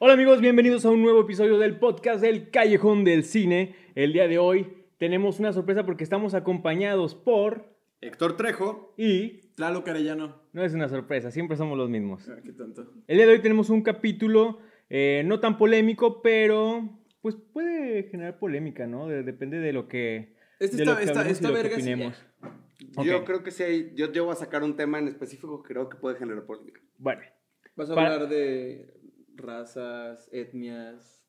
Hola amigos, bienvenidos a un nuevo episodio del podcast del Callejón del Cine. El día de hoy tenemos una sorpresa porque estamos acompañados por... Héctor Trejo, Y Lalo Carellano. no es una sorpresa, siempre somos los mismos. Ah, qué tonto. El día de hoy tenemos un capítulo eh, no tan polémico, pero pues puede generar polémica, ¿no? De- depende de lo que... Este de lo está- que está- hablemos y está lo que verga, sí, opinemos. Ok, Yo creo que sí, hay- yo, yo voy a sacar un tema en específico que creo que puede generar polémica. Bueno, Vas a Para- hablar de razas, etnias,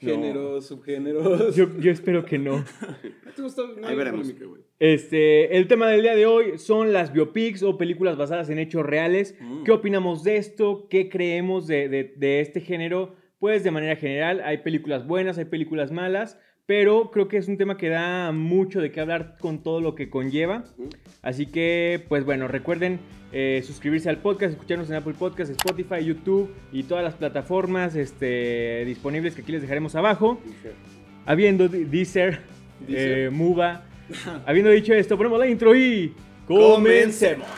No. géneros, subgéneros. yo, yo espero que no. ¿Te gusta? No Ahí hay veremos. polémica, güey. Este, el tema del día de hoy son las biopics o películas basadas en hechos reales. Mm. ¿Qué opinamos de esto? ¿Qué creemos de, de- de este género? Pues de manera general, hay películas buenas, hay películas malas, pero creo que es un tema que da mucho de qué hablar con todo lo que conlleva. Ujú. Así que, pues bueno, recuerden eh, suscribirse al podcast, escucharnos en Apple Podcast, Spotify, YouTube y todas las plataformas este, disponibles que aquí les dejaremos abajo. Dije, Habiendo di- Deezer, Deezer. eh, Muba. Ah. habiendo dicho esto, ponemos la intro y. ¡Comencemos!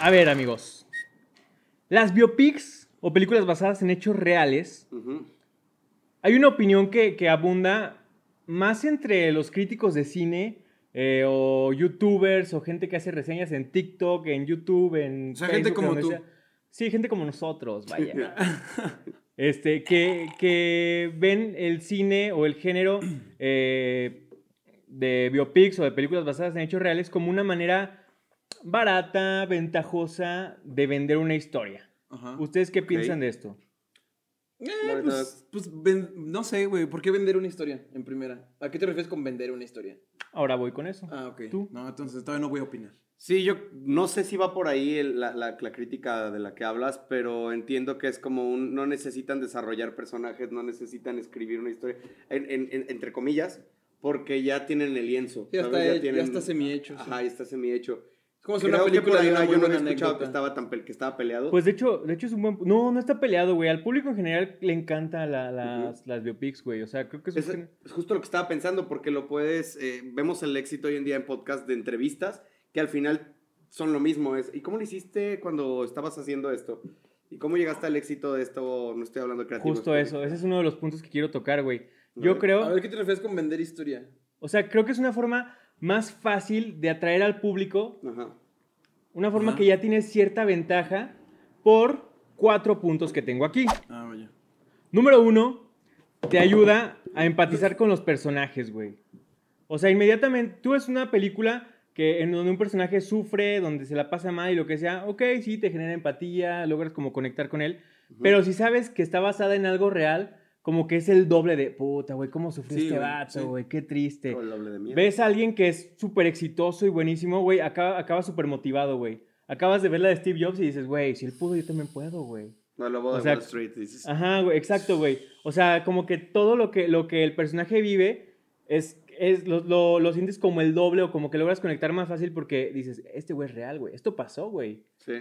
A ver, amigos. Las biopics o películas basadas en hechos reales. ujú. Hay una opinión que, que abunda más entre los críticos de cine. eh, o youtubers o gente que hace reseñas en TikTok, en YouTube, en O sea, gente como en donde tú. Sí, gente como nosotros, vaya. Este, que, que ven el cine o el género eh, de biopics o de películas basadas en hechos reales como una manera barata, ventajosa de vender una historia. Ajá. ¿Ustedes qué piensan de esto? Eh, La verdad. pues, pues, ven- no sé, güey. ¿Por qué vender una historia en primera? ¿A qué te refieres con vender una historia? Ahora voy con eso. Ah, ok. ¿Tú? No, entonces todavía no voy a opinar. Sí, yo no sé si va por ahí el- la, la- la crítica de la que hablas, pero entiendo que es como un... No necesitan desarrollar personajes, no necesitan escribir una historia, en- en- en- entre comillas, porque ya tienen el lienzo. Sí, ya ¿sabes? está he- ya tienen- está semi-hecho, sí. Ajá, ya está semi-hecho. Es como si Pues una Creo que por película ahí de no, una yo no buena había escuchado que anécdota. estaba, tan, pel- que estaba peleado. Pues de hecho, de hecho es un buen... No, no está peleado, güey. Al público en general le encantan la- las, las biopics, güey. O sea, creo que es un Es, gen- es justo lo que estaba pensando, porque lo puedes. eh, vemos el éxito hoy en día en podcast de entrevistas, que al final son lo mismo. Es, ¿Y cómo lo hiciste cuando estabas haciendo esto? ¿Y cómo llegaste al éxito de esto? No estoy hablando de creativo. justo estoy- eso. Ese es uno de los puntos que quiero tocar, güey. A Yo ver, creo... A ver, ¿qué te refieres con vender historia? O sea, creo que es una forma más fácil de atraer al público, Ajá. una forma Ajá. que ya tiene cierta ventaja por cuatro puntos que tengo aquí. Ah, vaya. Número uno, te ayuda a empatizar con los personajes, güey. O sea, inmediatamente, tú ves una película que en donde un personaje sufre, donde se la pasa mal y lo que sea, ok, sí, te genera empatía, logras como conectar con él, pero si sabes que está basada en algo real, como que es el doble de, puta, güey, cómo sufrió Sí, este güey, sí. vato, güey, qué triste. O el doble de mierda. Ves a alguien que es súper exitoso y buenísimo, güey, acaba, acaba súper motivado, güey. Acabas de ver la de Steve Jobs y dices, güey, si él pudo, yo también puedo, güey. No, el lobo o de sea, ah, Wall Street. dices. Ajá, güey, exacto, güey. O sea, como que todo lo que, lo que el personaje vive es, es lo, lo- lo sientes como el doble o como que logras conectar más fácil porque dices, este güey es real, güey. Esto pasó, güey. Sí.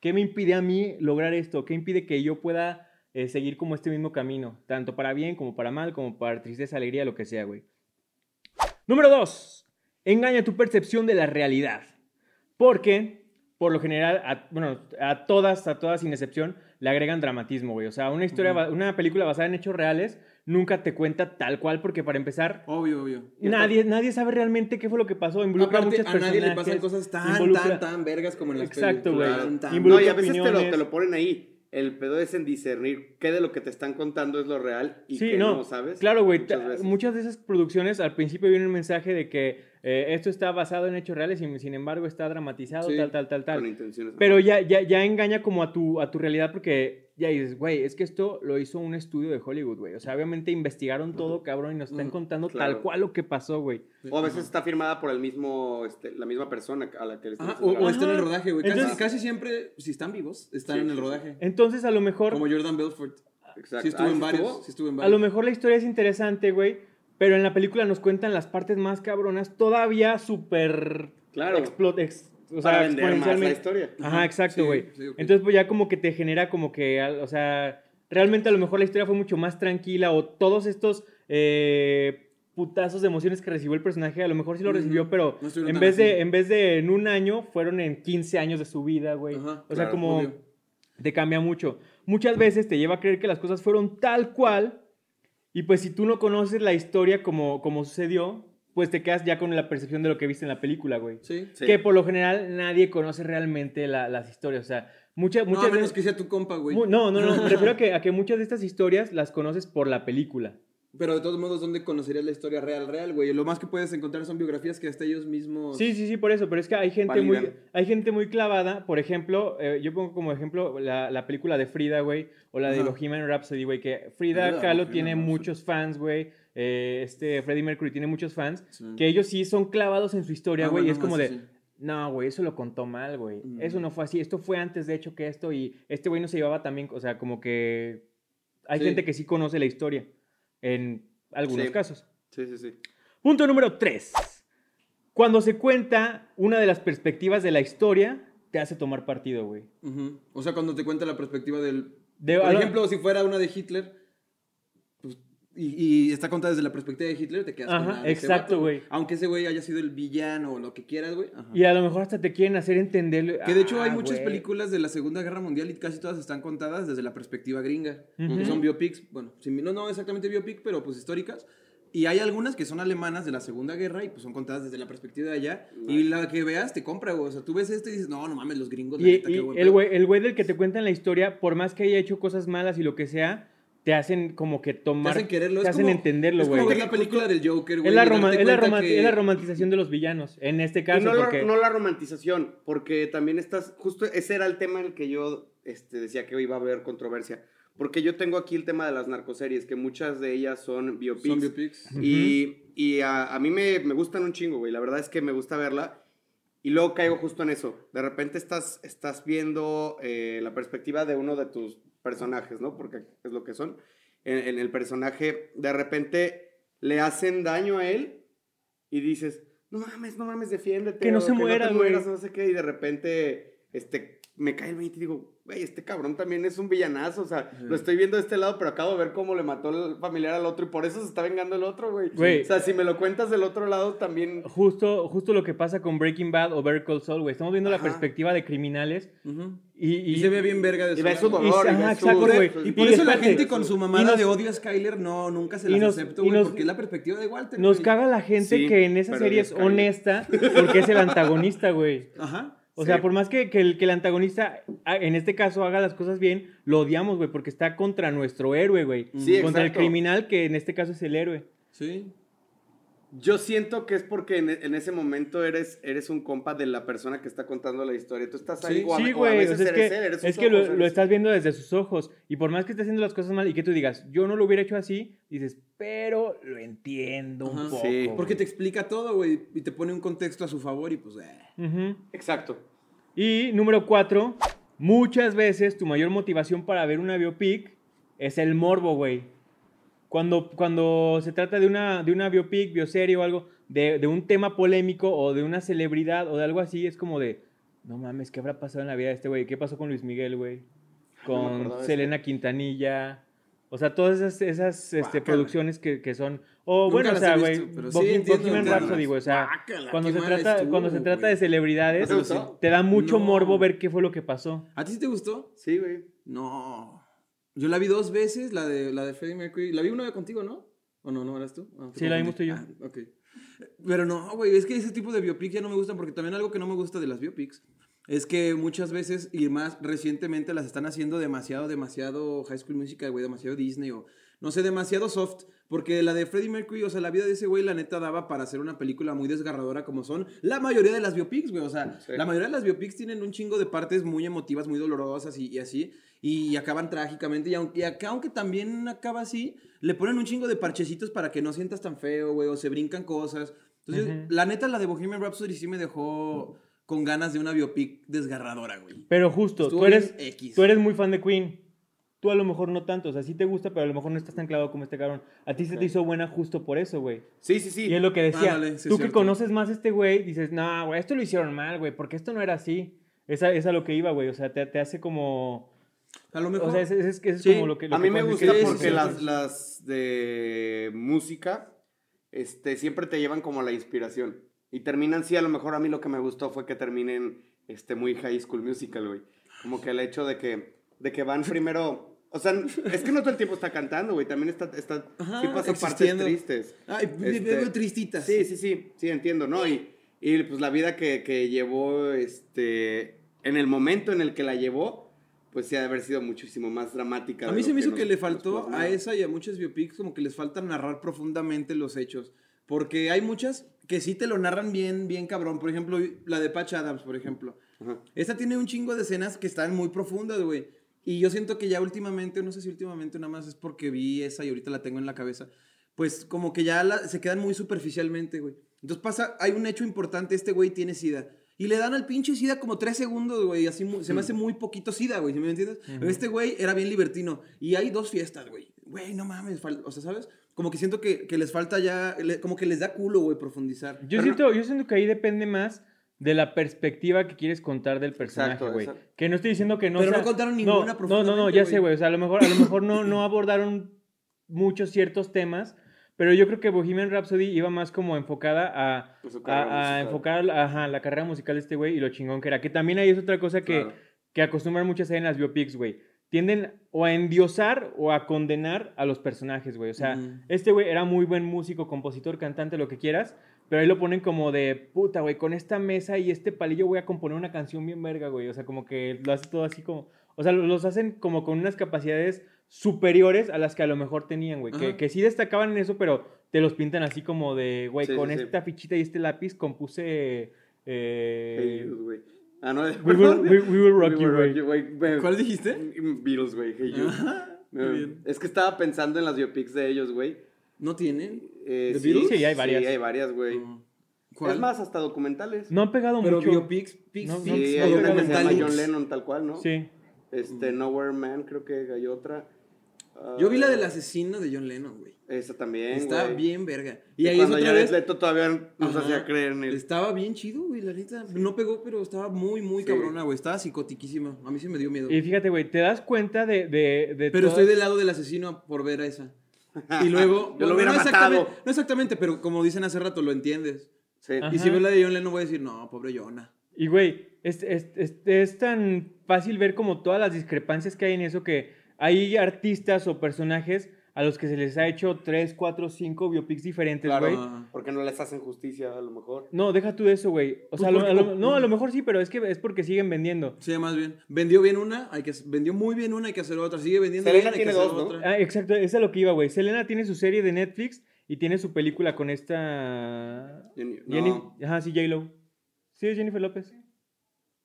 ¿Qué me impide a mí lograr esto? ¿Qué impide que yo pueda eh, seguir como este mismo camino? Tanto para bien como para mal, como para tristeza, alegría, lo que sea, güey. Número 2. Engaña tu percepción de la realidad. Porque, por lo general, a, bueno, a todas, a todas sin excepción, le agregan dramatismo, güey. O sea, una historia, Ujú. ba- una película basada en hechos reales nunca te cuenta tal cual, porque para empezar, Obvio, obvio. nadie, nadie sabe realmente qué fue lo que pasó. Involucra Aparte, muchas a nadie le pasan personajes, cosas tan, involucra- tan, tan vergas como en las Exacto, películas. güey. Tan, tan. Involucra- No, y a veces te lo, opiniones. te lo ponen ahí. El pedo es en discernir qué de lo que te están contando es lo real y Sí, qué no. no, ¿sabes? Claro, güey. ta- Muchas Muchas, veces. de esas producciones al principio viene un mensaje de que eh, esto está basado en hechos reales y sin embargo está dramatizado, Sí, tal, tal, tal, Con tal. intenciones. Pero ya, ya, ya engaña como a tu, a tu realidad porque ya dices, güey, es que esto lo hizo un estudio de Hollywood, güey. O sea, obviamente investigaron todo, cabrón, y nos están Ujú, contando tal claro. cual lo que pasó, güey. O a veces está firmada por el mismo, este, la misma persona a la que le están Ajá, o, haciendo la- o están en el Ajá. rodaje, güey. Casi, Entonces- casi siempre, si están vivos, están Sí, en el sí, sí. rodaje. Entonces, a lo mejor. Como Jordan Belfort. Exacto. Sí estuvo Ah, en estuvo? varios. Sí estuvo en A lo varios. mejor la historia es interesante, güey. Pero en la película nos cuentan las partes más cabronas, todavía súper Claro. explot, ex- o para sea, vender más la exponencialmente. historia. Ajá, exacto, Sí, güey. sí, ok. Entonces, pues ya como que te genera como que, al- o sea, realmente a lo mejor la historia fue mucho más tranquila o todos estos eh, putazos de emociones que recibió el personaje, a lo mejor sí lo Ujú. recibió, pero No estuvieron en, tan vez de, así. en vez de en un año, fueron en 15 años de su vida, güey. Ajá, o sea, claro, como obvio. te cambia mucho. Muchas veces te lleva a creer que las cosas fueron tal cual y pues si tú no conoces la historia como, como sucedió, pues te quedas ya con la percepción de lo que viste en la película, güey. Sí. Sí. Que por lo general nadie conoce realmente la- las historias. O sea, muchas, No, muchas a menos de- que sea tu compa, güey. mu- no, no, no. Me refiero a que, a que muchas de estas historias las conoces por la película. Pero de todos modos, ¿dónde conocerías la historia real, real, güey? Lo más que puedes encontrar son biografías que hasta ellos mismos... Sí, sí, sí, por eso. Pero es que hay gente, Validan. muy, hay gente muy clavada. Por ejemplo, eh, yo pongo como ejemplo la, la película de Frida, güey. O la de Ajá. Bohemian Rhapsody, güey. Que Frida Ah, Kahlo Bohemian tiene Rhapsody. muchos fans, güey. eh, este Freddie Mercury tiene muchos fans. Sí. Que ellos sí son clavados en su historia, Ah, güey. y bueno, es como sí, de... sí. No, güey, eso lo contó mal, güey. Mm. Eso no fue así. Esto fue antes, de hecho, que esto. Y este güey no se llevaba también. O sea, como que. Hay Sí. gente que sí conoce la historia. En algunos Sí. casos. Sí, sí, sí. Punto número 3. Cuando se cuenta una de las perspectivas de la historia, te hace tomar partido, güey. Ujú. O sea, cuando te cuenta la perspectiva del... De- Por a lo- ejemplo, si fuera una de Hitler pues, y, y está contada desde la perspectiva de Hitler, te quedas Ajá, con la de ese exacto, este vato, güey. Aunque ese güey haya sido el villano o lo que quieras, güey. ajá. Y a lo mejor hasta te quieren hacer entender. Que de hecho hay Ah, muchas güey. películas de la Segunda Guerra Mundial y casi todas están contadas desde la perspectiva gringa. Ujú. que son biopics, bueno, sin- no, no exactamente biopic, pero pues históricas. Y hay algunas que son alemanas de la Segunda Guerra y pues son contadas desde la perspectiva de allá. Y la que veas te compra, güey. O sea, tú ves esto y dices, no, no mames, los gringos. la Y, neta, qué y buen el, pedo". güey, el güey del que te cuentan la historia, por más que haya hecho cosas malas y lo que sea, te hacen como que Te tomar. hacen quererlo. te es hacen como- entenderlo, es como güey. ver la película del Joker, güey. Es la, y darte roma- es la cuenta roma- que- es la romantización de los villanos, en este Y caso. no, la- porque... no la romantización, porque también estás, justo ese era el tema en el que yo este, decía que iba a haber controversia, porque yo tengo aquí el tema de las narcoseries, que muchas de ellas son biopics. Son biopics. Y, y a, a mí me, me gustan un chingo, güey, la verdad es que me gusta verla. Y luego caigo justo en eso. De repente estás, estás viendo eh, la perspectiva de uno de tus personajes, ¿no? Porque es lo que son. En, en el personaje, de repente le hacen daño a él y dices, no mames, no mames, defiéndete. Que no o se te muera, güey. mueras, no sé qué. Y de repente, este, me cae el 20 y digo, güey, este cabrón también es un villanazo. O sea, Sí. lo estoy viendo de este lado, pero acabo de ver cómo le mató el familiar al otro y por eso se está vengando el otro, güey. Güey. O sea, si me lo cuentas del otro lado también. Justo, justo lo que pasa con Breaking Bad o Better Call Saul, güey. Estamos viendo la Ajá. perspectiva de criminales Ujú. y... Y, se ve bien verga de Y ves su dolor, dolor. lado. y- Y, ajá, ves su- exacto, güey. Y Y por eso la espérate. gente con su mamada Y nos- de odio a Skyler no, nunca se Y las nos- acepto, y güey, nos- porque es la perspectiva de Walter. Nos güey. caga la gente Sí, que en esa pero serie ya es es cable. honesta porque es el antagonista, güey. Ajá. O Sí. sea, por más que, que el, que el antagonista, ah, en este caso, haga las cosas bien, lo odiamos, güey, porque está contra nuestro héroe, güey. Sí, Mm, contra el exacto. criminal, que en este caso es el héroe. Sí. Yo siento que es porque en, en ese momento eres, eres un compa de la persona que está contando la historia. Tú estás ahí, Sí, o a- Sí, o a güey. veces o sea, es eres que, él, eres es sus que lo, ojos, lo eres- estás viendo desde sus ojos. Y por más que esté haciendo las cosas mal y que tú digas, yo no lo hubiera hecho así, dices, pero lo entiendo un Ajá. poco. Sí. güey". Porque te explica todo, güey, y te pone un contexto a su favor y pues... eh. Ujú. Exacto. Y número cuatro, muchas veces tu mayor motivación para ver una biopic es el morbo, güey. Cuando, cuando se trata de una, de una biopic, bioserie o algo, de, de un tema polémico o de una celebridad o de algo así, es como de, no mames, ¿qué habrá pasado en la vida de este güey? ¿Qué pasó con Luis Miguel, güey? No me Con acordaba de Selena Quintanilla. O sea, todas esas, esas este, Guácala. producciones que, que son... O Nunca Oh, bueno, o las sea, he güey, visto, pero sí Bohemian entiendo, Bohemian entiendo. Rhapsody, güey. O sea, Guácala, cuando, qué se mala trata, estuvo, cuando se trata güey. de celebridades, ¿No te o gustó? sea, te da mucho No. morbo ver qué fue lo que pasó. ¿A ti sí te gustó? Sí, güey. No. Yo la vi dos veces, la de, la de Freddie Mercury. La vi una vez contigo, ¿no? ¿O no? ¿No eras tú? Ah, te Sí, la vimos tú y confundí. yo. Ah, ok. Pero no, güey, es que ese tipo de biopics ya no me gustan porque también algo que no me gusta de las biopics es que muchas veces y más recientemente las están haciendo demasiado, demasiado High School Musical, güey, demasiado Disney o no sé, demasiado soft. Porque la de Freddie Mercury, o sea, la vida de ese güey, la neta daba para hacer una película muy desgarradora como son la mayoría de las biopics, güey. O sea, Sí. la mayoría de las biopics tienen un chingo de partes muy emotivas, muy dolorosas y, y así. Y acaban trágicamente. Y aunque, y acá, aunque también acaba así, le ponen un chingo de parchecitos para que no sientas tan feo, güey. O se brincan cosas. Entonces, Ujú. la neta, la de Bohemian Rhapsody sí me dejó con ganas de una biopic desgarradora, güey. Pero justo, Estuvo tú eres, bien X. tú eres muy fan de Queen. tú a lo mejor no tanto. O sea, sí te gusta, pero a lo mejor no estás tan clavado como este cabrón. A ti se te hizo buena justo por eso, güey. Sí, sí, sí. Y es lo que decía. Ándale, sí, tú es que cierto. conoces más a este güey, dices, no, güey, esto lo hicieron mal, güey, porque esto no era así. Esa es a lo que iba, güey. O sea, te, te hace como. A lo mejor. O sea, es, es- es que es Sí. como lo que. lo A que mí me puedes gusta decir. sí, porque sí. las, las de música este, siempre te llevan como a la inspiración. Y terminan, sí, a lo mejor a mí lo que me gustó fue que terminen este, muy High School Musical, güey. Como que el hecho de que, de que van primero... O sea, es que no todo el tiempo está cantando, güey. También está... está Ajá, sí pasa partes existiendo. tristes. Ay, me Este- veo tristita. Sí, sí, sí, sí, entiendo, ¿no? Y, y, pues la vida que, que llevó, este, en el momento en el que la llevó, pues sí ha de haber sido muchísimo más dramática. A de mí lo se me hizo nos- que le nos faltó plasmaron. a esa y a muchas biopics como que les falta narrar profundamente los hechos. Porque hay muchas que sí te lo narran bien, bien cabrón. Por ejemplo, la de Patch Adams, por ejemplo. Ajá. Esta tiene un chingo de escenas que están muy profundas, güey. Y yo siento que ya últimamente, no sé si últimamente nada más es porque vi esa y ahorita la tengo en la cabeza, pues como que ya la- se quedan muy superficialmente, güey. Entonces pasa, hay un hecho importante, este güey tiene sida. Y le dan al pinche sida como tres segundos, güey. Así mu- se me hace Mm. muy poquito sida, güey. ¿sí ¿Me entiendes? Este güey era bien libertino. Y hay dos fiestas, güey. Güey, no mames. fal- O sea, ¿sabes? Como que siento que, que les falta ya. le- como que les da culo, güey, profundizar. Yo Pero siento, yo siento que ahí depende más de la perspectiva que quieres contar del personaje, Exacto, güey. exacto. Que no estoy diciendo que no Pero no sea- contaron no, ninguna No, no, no, profundamente, ya sé, güey. güey. O sea, a lo mejor, a lo mejor no, no abordaron muchos ciertos temas, pero yo creo que Bohemian Rhapsody iba más como enfocada a, Pues su carrera a, a musical. enfocar ajá, la carrera musical de este güey y lo chingón que era. Que también ahí es otra cosa que, Claro. que acostumbran mucho a hacer en las biopics, güey. Tienden o a endiosar o a condenar a los personajes, güey. O sea, Ujú. este güey era muy buen músico, compositor, cantante, lo que quieras. Pero ahí lo ponen como de puta, güey. Con esta mesa y este palillo voy a componer una canción bien verga, güey. O sea, como que lo hace todo así como. O sea, los hacen como con unas capacidades superiores a las que a lo mejor tenían, güey. Que, Ajá. que sí destacaban en eso, pero te los pintan así como de, güey, Sí, con sí, sí. esta fichita y este lápiz compuse. eh, Hey, Beatles, güey. Ah, no, we, will, we- we will rock We you, Will güey. güey. ¿Cuál dijiste? Beatles, güey. Hey, you. Ajá, Me- muy bien. Es que estaba pensando en las biopics de ellos, güey. ¿No tienen? Eh, ¿De sí, Beatles? Sí, hay varias. Sí, hay varias, güey. ¿Cuál? Mm. Es más, hasta documentales. No han pegado Pero mucho. biopics, pics, No, no, sí, no, hay no, una que se llama documentales. John Lennon, tal cual, ¿no? Sí. Este, Nowhere Man, creo que hay otra. Ah, Yo vi la del asesino de John Lennon, güey. Esa también, Está güey. bien verga. Y Y ahí es cuando otra ya vez. Leto todavía nos Ajá. hacía creer en él. Estaba bien chido, güey, la neta. No pegó, pero estaba muy, muy Sí. cabrona, güey. Estaba psicotiquísima. A mí sí me dio miedo. Y fíjate, güey, te das cuenta de. de, de Pero todas- estoy del lado del asesino por ver a esa. Y luego. Yo lo bueno, hubiera no matado. exactamente, no exactamente, pero como dicen hace rato, lo entiendes. Sí. Ajá. Y si veo la de John Lennon, voy a decir, no, pobre Jonah. Y, güey, es, es- es- es tan fácil ver como todas las discrepancias que hay en eso que hay artistas o personajes a los que se les ha hecho 3, 4, 5 biopics diferentes, Claro, güey. Ajá. porque no les hacen justicia a lo mejor. No, deja tú eso, güey. O Pues sea, a lo- porque a lo- como- no, a lo mejor sí, pero es que es porque siguen vendiendo. Sí, más bien. Vendió bien una, hay que, vendió muy bien una, hay que hacer otra. Sigue vendiendo Selena bien, hay tiene que hacer dos, ¿no? otra. Ah, exacto, esa es a lo que iba, güey. Selena tiene su serie de Netflix y tiene su película con esta... Jenny- Jenny... no. Ajá, sí, J-Lo. Sí, es Jennifer López.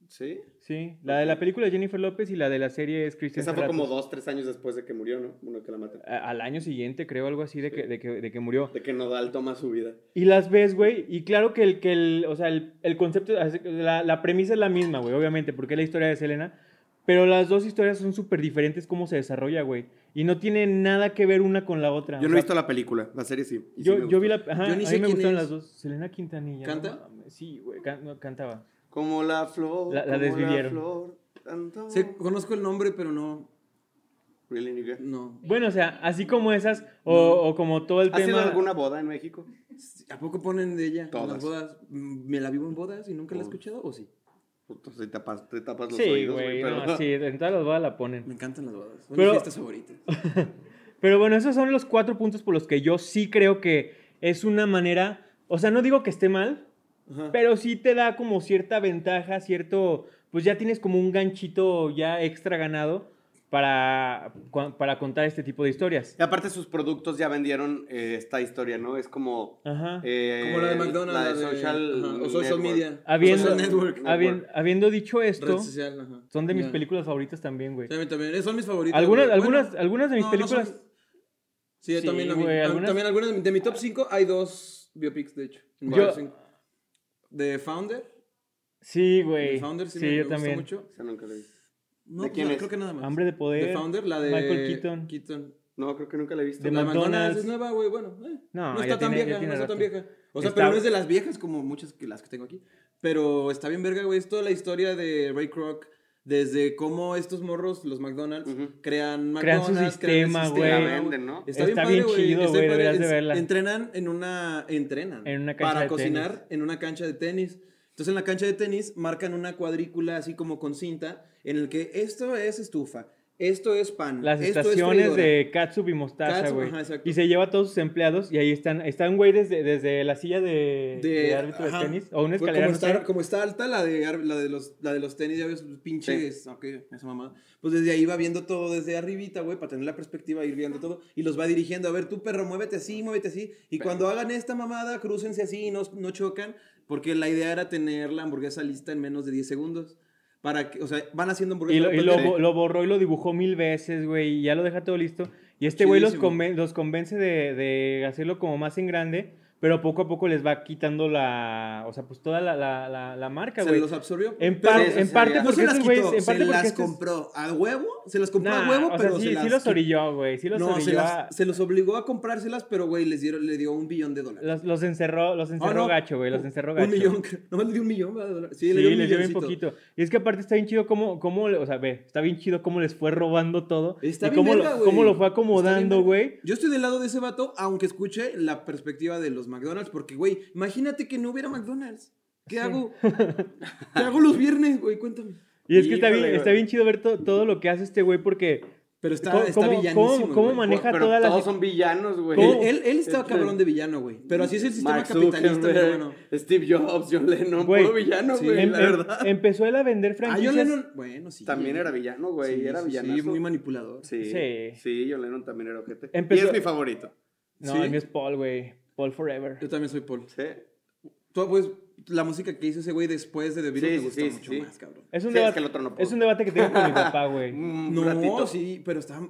¿Sí? Sí, la de la película es Jennifer López y la de la serie es Christian Esa fue Serratos. como dos, tres años después de que murió, ¿no? Uno que la mata. A- Al año siguiente, creo, algo así, de que, de que, de que murió. De que Nodal toma su vida. Y las ves, güey, y claro que el, que el, o sea, el, el concepto, la, la premisa es la misma, güey, obviamente, porque es la historia de Selena, pero las dos historias son súper diferentes cómo se desarrolla, güey, y no tiene nada que ver una con la otra. Yo o no he sea, visto la película, la serie sí. y sí Yo, me yo gustó. vi la... Ajá, Yo ni a mí sé me quién gustaron es. las dos. Selena Quintanilla. no ¿Canta? mames, sí, güey, can- no, cantaba. Como la flor. La- la como desvivieron. flor, tanto- Sí, conozco el nombre, pero no. Really, nigga. No. Bueno, o sea, así como esas, o, o como todo el ¿Has ido tema... a alguna boda en México? ¿A poco ponen de ella? en Todas. Las bodas. Mm, ¿Me la vivo en bodas y nunca la he Todas. escuchado? ¿O sí? Puto, te tapas, te tapas los Sí, oídos, güey, güey. no, Pero... sí, en todas las bodas la ponen. Me encantan las bodas. Son Pero- mis fiestas favoritas. Pero bueno, esos son los cuatro puntos por los que yo sí creo que es una manera, o sea, no digo que esté mal, Ajá. pero sí te da como cierta ventaja, cierto, pues ya tienes como un ganchito ya extra ganado para, cua- para contar este tipo de historias. Y aparte sus productos ya vendieron eh, esta historia, ¿no? Es como... Ajá. eh, Ah, Como la de McDonald's. La de la de- Social... ajá, o social Network. media. Habiendo- social network. Habien- Habiendo, dicho Red esto, social, ajá. son de mis Ya. películas favoritas también, güey. Sí, a mí también. eh, Son mis favoritas. Algunas, güey. Bueno, algunas, algunas de mis no, no son- películas... Sí, yo Sí, también. a mí- güey, a mí algunas- También algunas de mi, de mi top 5 hay dos biopics, de hecho. en mi Yo- top cinco. De Founder. Sí, de güey. Founder sí, Sí, me, me yo gusta también. mucho. Esa nunca la vi. No, pues, ¿De quién no, es? creo que nada más. Hambre de poder. The Founder, la de Michael Keaton. Keaton. No, creo que nunca la he visto. De La de McDonald's. McDonald's es nueva, güey, bueno. eh, No, no, ya está tan tiene- ya vieja, no tiene está tan rato. vieja. O sea, Está- pero no es de las viejas como muchas que las que tengo aquí. Pero está bien verga, güey. Es toda la historia de Ray Kroc. Desde cómo estos morros, los McDonald's, Ujú. crean McDonald's. Crean su sistema, Te la güey. venden, ¿no? Está bien padre, chido, Está güey, bien padre. deberías de Es- verla. Entrenan en una... Entrenan. En una cancha Para de cocinar tenis. en una cancha de tenis. Entonces, en la cancha de tenis marcan una cuadrícula así como con cinta en el que esto es estufa, esto es pan, Las esto es estaciones freidora. de Katsup y Mostaza, Catsup, güey. ajá, exacto. Y se lleva a todos sus empleados y ahí están. Está un güey desde, desde la silla de, de, de árbitro ajá. de tenis o una Fue escalera. Pues, Como, no sé. está, como está alta la de, ar- la de, los, la de los tenis, ya ves, pinches. Ok, esa mamada. Pues desde ahí va viendo todo desde arribita, güey, para tener la perspectiva, ir viendo todo. Y los va dirigiendo. A ver, tú, perro, muévete así, muévete así. Y cuando hagan esta mamada, crúcense así y no, no chocan. Porque la idea era tener la hamburguesa lista en menos de 10 segundos. Para que, o sea, van haciendo Y, hamburguesas. lo, y pero- lo Sí. bo- lo borró y lo dibujó mil veces, güey, y ya lo deja todo listo. Y este güey los, Chidísimo. conven- los convence de, de hacerlo como más en grande, pero poco a poco les va quitando la, o sea, pues toda la, la, la, la marca, se güey. los absorbió. En, Pero- par- Sí, eso en sí parte sabía. No porque se las estos güeyes, quitó, en parte se porque las estos- compró a huevo, se las compró Nah, a huevo, o sea, pero sí, se sí las los quitó. orilló, güey, sí los No, orilló se, las- a- se los obligó a comprárselas, pero güey, les dieron, le dio un billón de dólares. Los, los encerró, los encerró Ah, no. gacho, güey, los encerró gacho. Un millón, nomás le dio un millón ¿verdad? de dólares. Sí, Sí, le dio un les dio bien milloncito. poquito. Y es que aparte está bien chido cómo, cómo, le- o sea, ve, está bien chido cómo les fue robando todo. Está y bien cómo, verga, lo, güey. cómo lo fue Está bien acomodando, verga. güey. Yo estoy del lado de ese vato, aunque escuche la perspectiva de los McDonald's, porque, güey, imagínate que no hubiera McDonald's. ¿Qué hago? ¿Qué hago los viernes, güey? Cuéntame. Y es que está Híjole, bien, güey. está bien chido ver to- todo lo que hace este güey porque Pero está, ¿Cómo- está cómo- villanísimo, cómo- cómo Este güey. maneja Pero todas las- todos son villanos, güey. ¿Cómo? Él, él, él está cabrón de villano, güey. eh, Pero así es el sistema Mark capitalista, mi Zuckerberg, hermano. Steve Jobs, John Lennon, Güey, puro villano, sí, güey, em- la em- verdad. empezó él a vender Ah, John franquicias. Lennon, bueno, sí. También era villano, güey, Sí, era sí, villanazo. Sí, muy manipulador. Sí, Sí. sí. John Lennon también era ojete. Empezó- Y es mi favorito. No, Sí. el mío es Paul, güey. Paul Forever. Yo también soy Paul. Sí. Tú, pues, la música que hizo ese güey después de The Beatles Sí, me sí, gusta sí, mucho sí. más, cabrón. Es un, Sí, es debate, que el otro no pudo. es un debate que tengo con mi papá, güey. Un No, ratito. sí, pero está...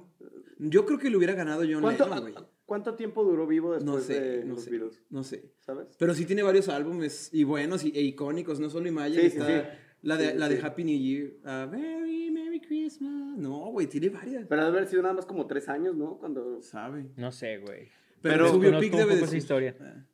Yo creo que le hubiera ganado John ¿Cuánto, Lennon, güey. cuánto tiempo duró vivo después No sé, de no los sé, virus? no sé. ¿Sabes? Pero sí tiene varios álbumes y buenos y, e icónicos, no solo Imagine, Sí, sí, está sí. la de, Sí, sí, la de sí. Happy New Year, A Very Merry Christmas. No, güey, tiene varias. Pero debe haber sido nada más como tres años, ¿no? Cuando. Sabe. No sé, güey. Pero, Pero su Conozco biopic un debe poco de esa ser. historia. Ah.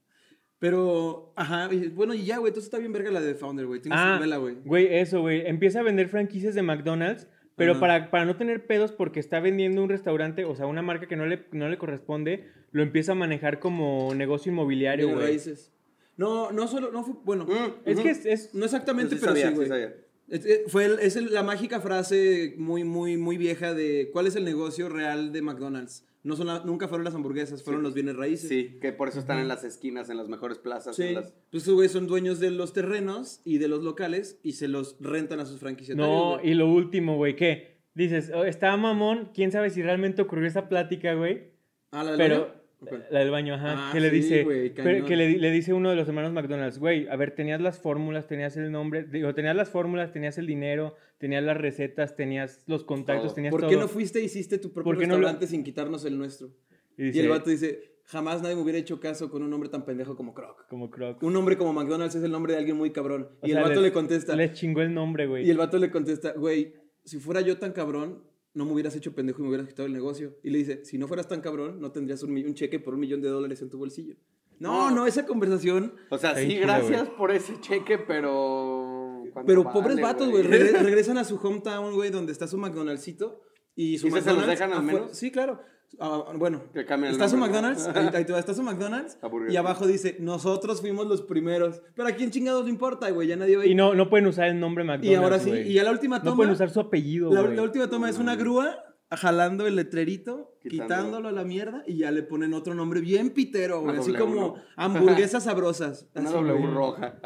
Pero, ajá, y- bueno, y ya, güey, entonces está bien verga la de Founder, güey. Tiene su Ah, novela, güey. güey, eso, güey. Empieza a vender franquicias de McDonald's, pero Ajá. para, para no tener pedos porque está vendiendo un restaurante, o sea, una marca que no le, no le corresponde, lo empieza a manejar como negocio inmobiliario, Bienes güey. raíces. No, no solo, no fue, bueno, Es que es, es- no exactamente, Sí pero sabía, sí, sí güey. sabía. Es- es- fue el- es el- la mágica frase muy, muy, muy vieja de ¿cuál es el negocio real de McDonald's? No son la- nunca fueron las hamburguesas, fueron Sí. los bienes raíces. Sí, que por eso están en las esquinas, en las mejores plazas. Sí. en las- Pues esos güeyes son dueños de los terrenos y de los locales y se los rentan a sus franquiciatarios. No, güey. y lo último, güey, que dices, "Oh, está mamón, quién sabe si realmente ocurrió esa plática, güey. Ah, la del Pero eh, baño? Ok. la del baño, ajá, Ah, que le sí, dice, güey, pero cañón. que le, di- le dice uno de los hermanos McDonald's, güey, a ver, tenías las fórmulas, tenías el nombre, digo, tenías las fórmulas, tenías el dinero, tenías las recetas, tenías los contactos, Todo. tenías ¿Por todo. qué no fuiste e hiciste tu propio ¿Por qué no lo- restaurante sin quitarnos el nuestro? y, Y dice, el vato dice, jamás nadie me hubiera hecho caso con un hombre tan pendejo como Croc. como croc. Un hombre como McDonald's es el nombre de alguien muy cabrón. O y sea, el vato les- le contesta. Les chingó el nombre, güey. Y el vato le contesta, güey, si fuera yo tan cabrón, no me hubieras hecho pendejo y me hubieras quitado el negocio. Y le dice, si no fueras tan cabrón, no tendrías un, mi- un cheque por un millón de dólares en tu bolsillo. No, no, No. esa conversación. O sea, Está sí, bien chido, gracias por ese cheque, pero. ¿cuánto Pero vale, pobres vatos, güey, regre- regresan a su hometown, güey, donde está su McDonald'sito. Y su ¿Y ese se los McDonald's dejan al afuera- menos? Sí, claro. Ah, bueno, Que cambien el está su nombre, ¿no? McDonald's, ahí, ahí te va, está su McDonald's, La Burger y abajo dice, nosotros fuimos los primeros. Pero a quién chingados le importa, güey, ya nadie va a ir. Y no, no pueden usar el nombre McDonald's. Y ahora sí, güey. y ya la última toma. No pueden usar su apellido, La, güey. la última toma es una grúa ah, jalando el letrerito, Quitándolo. quitándolo a la mierda y ya le ponen otro nombre bien pitero, güey. Una Así doble como uno. hamburguesas sabrosas. Una Así, W güey. roja.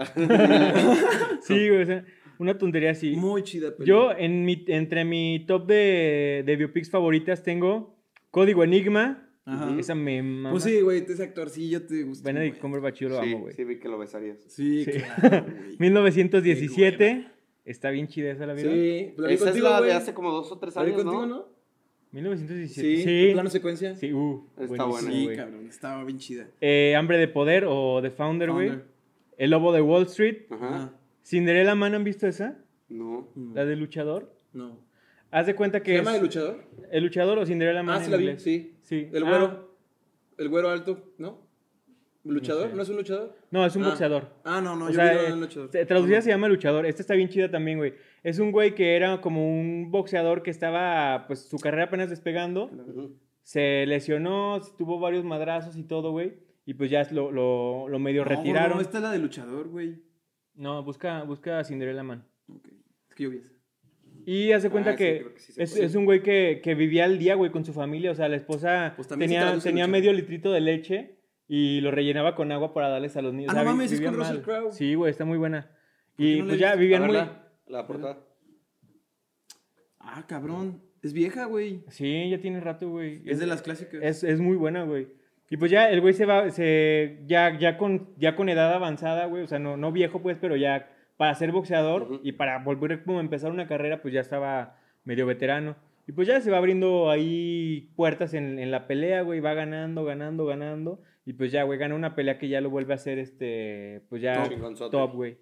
Sí, güey, o sea, una tontería así. Muy chida. película. Yo, en mi, entre mi top de, de biopics favoritas, tengo Código Enigma. Ajá. Esa me mama. Pues sí, güey, ese actorcillo te gusta. Benedict güey. Cumberbatch, yo lo sí, amo, güey. sí, vi que lo besarías. Sí, claro, güey. 1917. Está bien chida esa, ¿la vieron? Sí, la vi Esa contigo, es la güey. de hace como dos o tres La vi años, contigo, ¿no? no? 1917. Sí, Sí. plano secuencia. Sí, uh, Está buenísimo, buena, Sí, güey. cabrón, estaba bien chida. Eh, Hambre de Poder o The Founder, güey. Founder. El Lobo de Wall Street. Ajá. Ah, Cinderella Man, ¿han visto esa? No. La de luchador. no. Haz de cuenta ¿Se que es llama El Luchador? El Luchador o Cinderella Man Ah, en sí la vi, inglés. sí. Sí. El Ah, güero. El güero alto, ¿no? ¿Luchador? sé. ¿No es un luchador? no, es un Ah. boxeador. Ah, no, no, O yo sea, vi eh, el luchador. se- traducida No, se llama luchador. Esta está bien chida también, güey. Es un güey que era como un boxeador que estaba, pues su carrera apenas despegando. Ujú. Se lesionó, tuvo varios madrazos y todo, güey. Y pues ya lo, lo, lo medio no, retiraron. No, esta es la de luchador, güey. No, busca, busca a Cinderella Man. Ok, Es que yo vi esa. Y hace cuenta Ah, sí, que, creo que sí se es, puede. es un güey que, que vivía al día, güey, con su familia. O sea, la esposa Pues también se tenía, traduce tenía mucho. medio litrito de leche y lo rellenaba con agua para darles a los niños. Ah, no vi- mames, es vivía con Russell mal. Crowe. Sí, güey, está muy buena. qué Y no la pues he ya visto? vivían A muy... verla, la portada. Ah, cabrón. Es vieja, güey. Sí, ya tiene rato, güey. Es de las clásicas. Es, es muy buena, güey. Y pues ya el güey se va, se, ya, ya, con, ya con edad avanzada, güey, o sea, no, no viejo, pues, pero ya para ser boxeador Ujú. y para volver como a empezar una carrera, pues ya estaba medio veterano. Y pues ya se va abriendo ahí puertas en, en la pelea, güey, va ganando, ganando, ganando. Y pues ya, güey, gana una pelea que ya lo vuelve a hacer, este, pues ya Chingonzote. top, güey.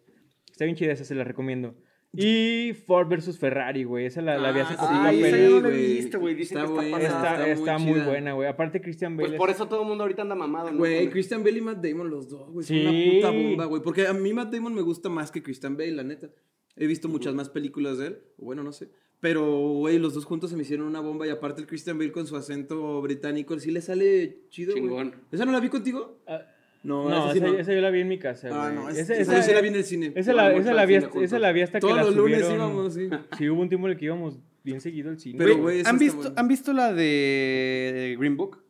Está bien chida esa, se la recomiendo. Y Ford versus Ferrari, güey, esa la, la vi hace Ah, poquito. ay, güey. esa yo no la he visto, güey. Dicen que está buena, pasada. Está, está muy, chida. buena, güey. Aparte, Christian Bale. Pues es- por eso todo el mundo ahorita anda mamado, ¿no? Güey, Mames. Christian Bale y Matt Damon, los dos, güey. Son Sí. una puta bomba, güey. Porque a mí Matt Damon me gusta más que Christian Bale, la neta. He visto muchas más películas de él. o Bueno, no sé. Pero, güey, los dos juntos se me hicieron una bomba. Y aparte, el Christian Bale con su acento británico, sí le sale chido, güey. Chingón. ¿Esa no la vi contigo? Ah, No, No, esa sí esa, no. esa yo la vi en mi casa. Ah, güey. no, esa, esa, esa- yo sí la vi en el cine. esa la- Íbamos esa al la vi cine hasta- juntos. esa la vi hasta que Todos la los lunes subieron. íbamos, sí. Sí, hubo un tiempo en el que íbamos bien seguido al cine. Pero, güey. güey, esa ¿Han está visto, buena. ¿Han visto la de Green Book?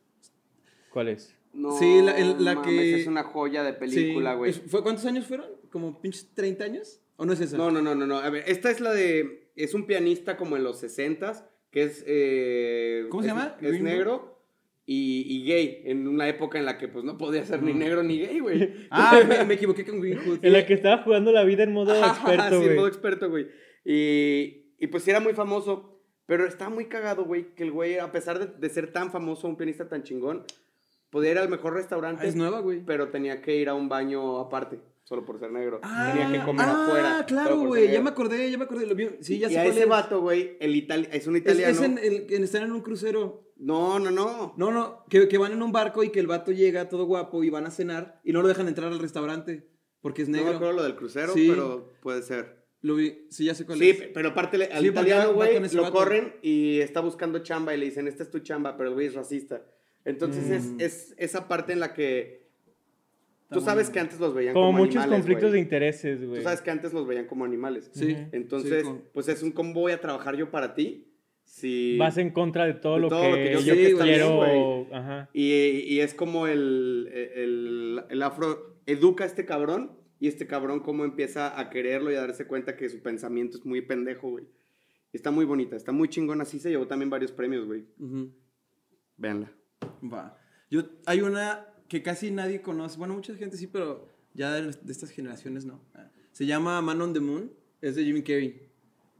¿Cuál es? No, Sí, la- el- la que- Es una joya de película, Sí. güey. Es- ¿fue- ¿Cuántos años fueron? ¿Como pinches 30 años? ¿O no es esa? No, no, no, no, no. A ver, esta es la de. Es un pianista como en los 60s, que es. eh, ¿Cómo se es- llama? Es Green Book. negro y, y gay. En una época en la que pues no podía ser Mm. ni negro ni gay, güey. Ah, me, me equivoqué con Green Hood. En la que estaba jugando la vida en modo Ajá, sí, experto, en güey. modo experto, güey. Y, y pues sí era muy famoso. Pero estaba muy cagado, güey, que el güey, a pesar de, de ser tan famoso, un pianista tan chingón, podía ir al mejor Ah, restaurante. es nueva, güey. pero tenía que ir a un baño aparte, solo por ser negro. Ah, tenía que comer ah, afuera. solo claro, por ser güey. Ya negro. me acordé, ya me acordé. Lo vi. Sí, ya y sé a cuál ese es. vato, güey, el itali- es un Es, italiano. es en, el- en estar en un crucero. No, no, no. No, no, que, que van en un barco y que el vato llega todo guapo y van a cenar y no lo dejan entrar al restaurante porque es No me negro. acuerdo lo del crucero, Sí. pero puede ser. lo vi, sí, ya sé cuál Sí, es. pero aparte le- al Sí, porque va italiano, güey, con ese lo vato. corren y está buscando chamba y le dicen, esta es tu chamba, pero el güey es racista. Entonces Mm. es, es esa parte en la que... Está Tú sabes bueno. que antes los veían como, Como muchos animales, conflictos güey. de intereses, güey. Tú sabes que antes los veían como animales. Sí. Ujú. Entonces, Sí, con- pues es un cómo voy a trabajar yo para ti. Si... Vas en contra de todo, De lo, todo que lo que yo yo sé que está quiero. bien, Ajá. Y, y es como el, el, el afro educa a este cabrón y este cabrón como empieza a quererlo y a darse cuenta que su pensamiento es muy pendejo, güey. Está muy bonita, está muy chingona. Así se llevó también varios premios, güey. Ujú. Véanla. Va. Yo, hay una que casi nadie conoce. Bueno, mucha gente sí, pero ya de, de estas generaciones no. Ah. Se llama Man on the Moon. Es de Jim Carrey.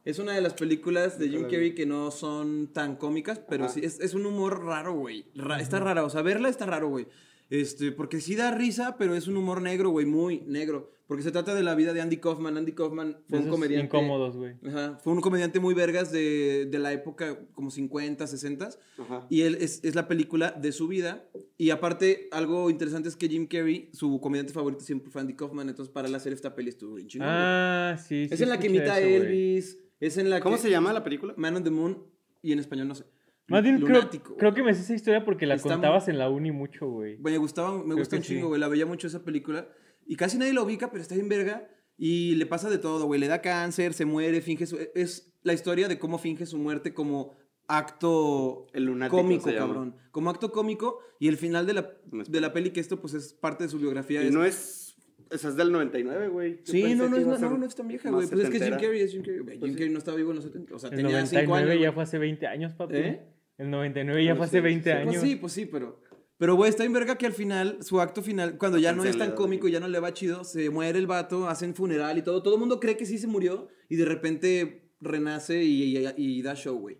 Es una de las películas de Nunca Jim la Carrey que no son tan cómicas, pero Ajá. sí, es, es un humor raro, güey. Ra- Está rara, o sea, verla está raro, güey. Este, porque sí da risa, pero es un humor negro, güey, muy negro. Porque se trata de la vida de Andy Kaufman. Andy Kaufman fue Esos un comediante. incómodos, güey. Ajá, fue un comediante muy vergas de, de la época como 50, 60. Ajá. Y él es, es la película de su vida. Y aparte, algo interesante es que Jim Carrey, su comediante favorito siempre fue Andy Kaufman. Entonces, para él hacer esta peli estuvo bien chingón, Ah, sí, güey. sí. es en la que escuché imita a eso, güey. Elvis. Es en la ¿Cómo que- se llama la película? Man on the Moon. Y en español no sé. Más bien, creo, Lunático, creo que güey. me sé esa historia porque la Está muy- contabas en la uni mucho, güey. Güey, Me gustaba, me gusta que un chingo, sí. güey. La veía mucho esa película. Y casi nadie la ubica, pero está bien verga. Y le pasa de todo, güey. Le da cáncer, se muere, finge su... Es la historia de cómo finge su muerte como acto El lunático cómico, se llama. cabrón. Como acto cómico. Y el final de la, No es- de la peli, que esto pues es parte de su biografía. Y es- no es... Esa es del 99, güey. Yo Sí, pensé no, no, que es, iba a no, ser no es tan vieja, más güey. Pues es que es Jim setentera. Carrey, es Jim Carrey. güey. Pues Jim sí. Carrey no estaba vivo en los 70. O sea, El tenía 5 años. 99 güey. ya fue hace 20 años, papi. ¿Eh? El 99 ya No fue sé, hace 20 sí, años. Pues sí, pues sí, pero. Pero, güey, está en verga que al final, su acto final, cuando ya no Pensé es en tan la edad, cómico y güey. ya no le va chido, se muere el vato, hacen funeral y todo. Todo el mundo cree que sí se murió y de repente renace y, y- y da show, güey.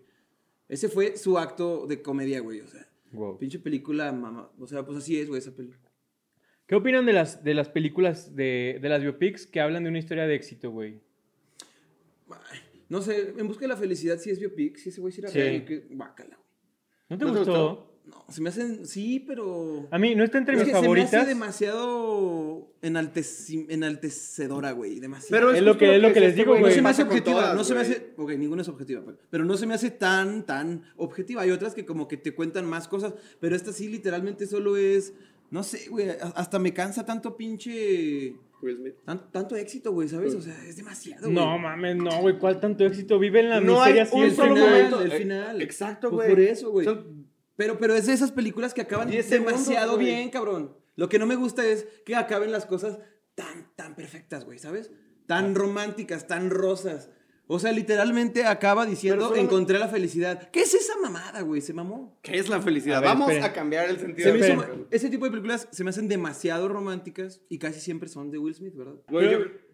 Ese fue su acto de comedia, güey. O sea, Wow. pinche película, mamá. O sea, pues así es, güey, esa película. ¿Qué opinan de las, de las películas de, de las biopics que hablan de una historia de éxito, güey? No sé, en busca de la felicidad sí es biopic, sí ese güey sí era Sí. real, que- guácala, güey. ¿No te ¿No te gustó? gustó? No, se me hacen, sí, pero... A mí no está entre es mis que se me favoritas. hace demasiado enalteci- enaltecedora, güey, demasiado. Pero Es lo justo que- es lo que les este digo, güey no güey. se me hace pasa con objetiva, todas, no se me güey. hace, ok, ninguna es objetiva, pero- pero no se me hace tan, tan objetiva. Hay otras que como que te cuentan más cosas, pero esta sí literalmente solo es, no sé, güey, a- hasta me cansa tanto pinche, Will Smith. tan- tanto éxito, güey, ¿sabes? O sea, es demasiado, güey. Pues, No mames, no, güey. ¿Cuál tanto éxito? Vive en la No hay miseria un siempre, solo güey. momento. El eh, final. exacto, Pues güey. por eso, güey. Son- Pero, pero es de esas películas que acaban Diez segundos, demasiado güey. bien, cabrón. Lo que no me gusta es que acaben las cosas tan, tan perfectas, güey, ¿sabes? Ah. Tan románticas, tan rosas. O sea, literalmente acaba diciendo, Pero solo- encontré la felicidad. ¿Qué es esa mamada, güey? Se mamó. ¿Qué es la felicidad? A ver, Vamos esperen. a cambiar el sentido. Se me hizo de- Espera. ma- ese tipo de películas se me hacen demasiado románticas y casi siempre son de Will Smith, ¿verdad? Güey, yo- Pero-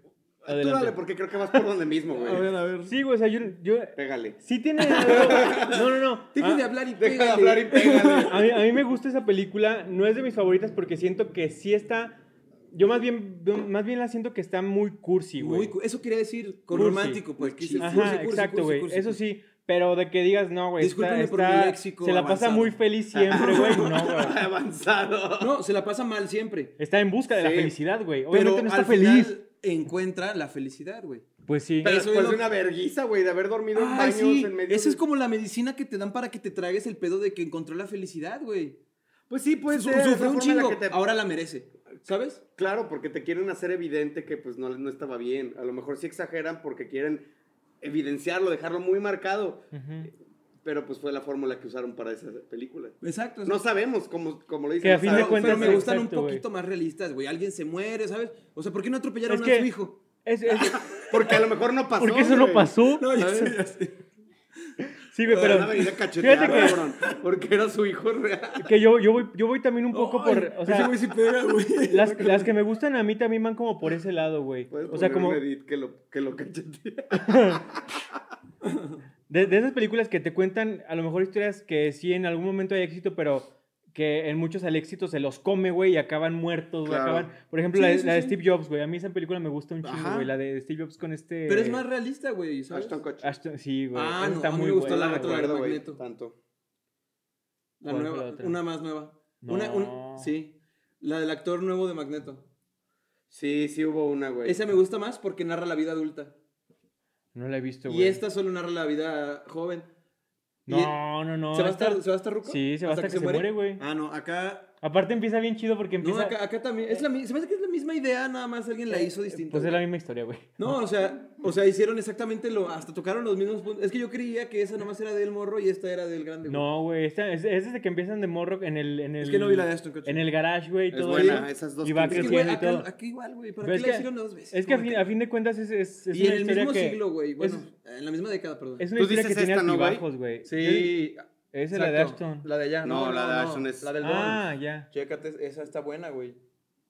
Tú Adelante. dale, porque creo que vas por donde mismo, güey. a ver. Sí, güey, o sea, yo, yo- Pégale. sí tiene algo- No, no, no. Deja Ah, de hablar y Deja de pégale. hablar y pégale. A mí, a mí me gusta esa película, no es de mis favoritas porque siento que sí está. Yo más bien, más bien la siento que está muy cursi, güey. Muy cu- eso quería decir con Cursi. romántico, pues. que dices, Ajá, cursi, cursi, exacto, cursi, güey. cursi, Eso cursi. sí, pero de que digas, no, güey. está- Discúlpenme por mi está- léxico Se la pasa avanzado. muy feliz siempre, güey. No, güey. Avanzado. No, se la pasa mal siempre. Está en busca de la Sí. felicidad, güey. Obviamente Pero no está al feliz. final encuentra la felicidad, güey. Pues sí. Pero Eso es después lo- de una verguiza, güey, de haber dormido en Ay, baños sí. en medio. Esa es de- como la medicina que te dan para que te tragues el pedo de que encontró la felicidad, güey. Pues sí, pues. Su- Sufrió un chingo, ahora la merece, ¿sabes? Claro, porque te quieren hacer evidente que pues no, no estaba bien. A lo mejor sí exageran porque quieren evidenciarlo, dejarlo muy marcado. Ujú. Pero pues fue la fórmula que usaron para esa película. Exacto. No sabemos cómo, cómo lo dicen. Que a no fin de pero, sabemos, cuentas- pero me pero- exacto, gustan un güey. poquito más realistas, güey. Alguien se muere, ¿sabes? O sea, ¿por qué no atropellaron Es a que- su hijo? Es- es- Porque a lo mejor no pasó. porque eso no güey. pasó. No, yo ¿sabes? sé, ya sé. Sí, güey, Van a pero. venir a cachetear, Fíjate que- cabrón, Porque era su hijo real. Que yo, yo, voy, yo voy también un poco Ay, por. O sea, ese güey sí pega, güey. las, las que me gustan a mí también van como por ese lado, güey. Puedes O sea, poner como. un edit que lo, que lo cachetee. De, de esas películas que te cuentan, a lo mejor historias que sí en algún momento hay éxito, pero que en muchos al éxito se los come, güey, y acaban muertos, güey. Claro. Acaban, por ejemplo, Sí, la, de- sí, la de sí. Steve Jobs, güey. A mí esa película me gusta un Ajá. chingo, güey. La de Steve Jobs con este. Pero es más realista, güey, ¿sabes? Ashton Kutcher. Ashton- sí, güey. Ah, esa no, está a mí muy me gustó buena, la güey. otra, acuerdo, güey, Magneto. Tanto. La ¿Cuál fue nueva, la otra? una más nueva. Una, No. un- sí, la del actor nuevo de Magneto. Sí, sí hubo una, güey. Esa me gusta más porque narra la vida adulta. No la he visto, Y Este güey. esta solo narra la vida joven. Y- No, no, no. ¿Se va a esta- estar, se va a estar ruco? Sí, se va a estar que se muere, güey. Ah, no, acá. Aparte empieza bien chido porque No, empieza. acá, acá también. Es la, mi- se me hace que es la misma idea, nada más alguien la hizo distinta. Pues es güey. la misma historia, güey. No, o sea, o sea, hicieron exactamente lo. Hasta tocaron los mismos puntos. Es que yo creía que esa nomás era del morro y esta era del grande. güey. No, güey, esta- es, es desde que empiezan de morro en el, en el... Es que no vi la de Ashton Kutcher. En el garage, güey, y Es todo buena, eso, esas dos Y va películas. Es que, güey, creciendo y acá, todo. acá igual, güey. ¿Para Pero qué es la que- hicieron dos veces? Es que a Como fin, acá. a fin de cuentas es, es, es Y en una el historia mismo que... siglo, güey. Bueno, es- en la misma década, perdón. Es una Tú historia que dices tiene esta, ¿no, güey? altibajos, güey. Sí. Esa es la de exacto. Ashton. La de allá. No, la de Ashton es- La del Ah, Don. ya. Chécate, esa está buena, güey.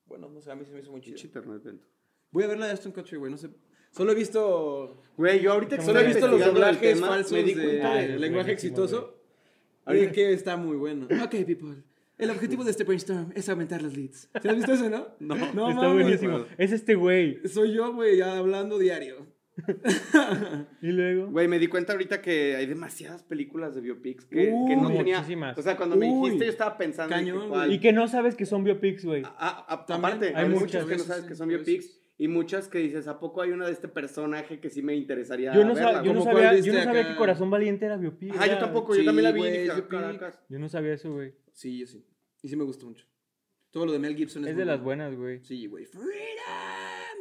Bueno, no sé, a mí se me hizo muy Pinche chida. internet lento. Voy a ver la de Ashton Kutcher, güey, no sé. Solo he visto... Güey, yo ahorita que Solo Solo he he visto visto los los investigando el doblajes tema, falsos me di de- cuenta Ah, del es lenguaje buenísimo, exitoso. Y que está muy bueno. Ok, people. El objetivo de este brainstorm es aumentar los leads. ¿Te has visto eso, no? No, no Está mames. buenísimo. Es este güey. Soy yo, güey, ya hablando diario. Y luego... Güey, me di cuenta ahorita que hay demasiadas películas de biopics que, que no Uy, tenía. muchísimas. O sea, cuando me Uy, dijiste, yo estaba pensando. en cañón, cuál. Y que no sabes que son biopics, güey. Ah, ah, También aparte, hay hay muchas muchas que no veces, sabes que son sí, biopics y muchas que dices, ¿a poco hay una de este personaje que sí me interesaría Yo no, verla? sab- yo no como sabía, cuál yo no viste sabía acá. que Corazón Valiente era biopic. Ah, yo era- tampoco, Sí, yo también la vi y güey, dije, yo ah, caracas. Yo no sabía eso, güey. Sí, yo sí. Y sí me gustó mucho. Todo lo de Mel Gibson es Es muy de las bueno. buenas, güey. Sí, güey. ¡Freedom!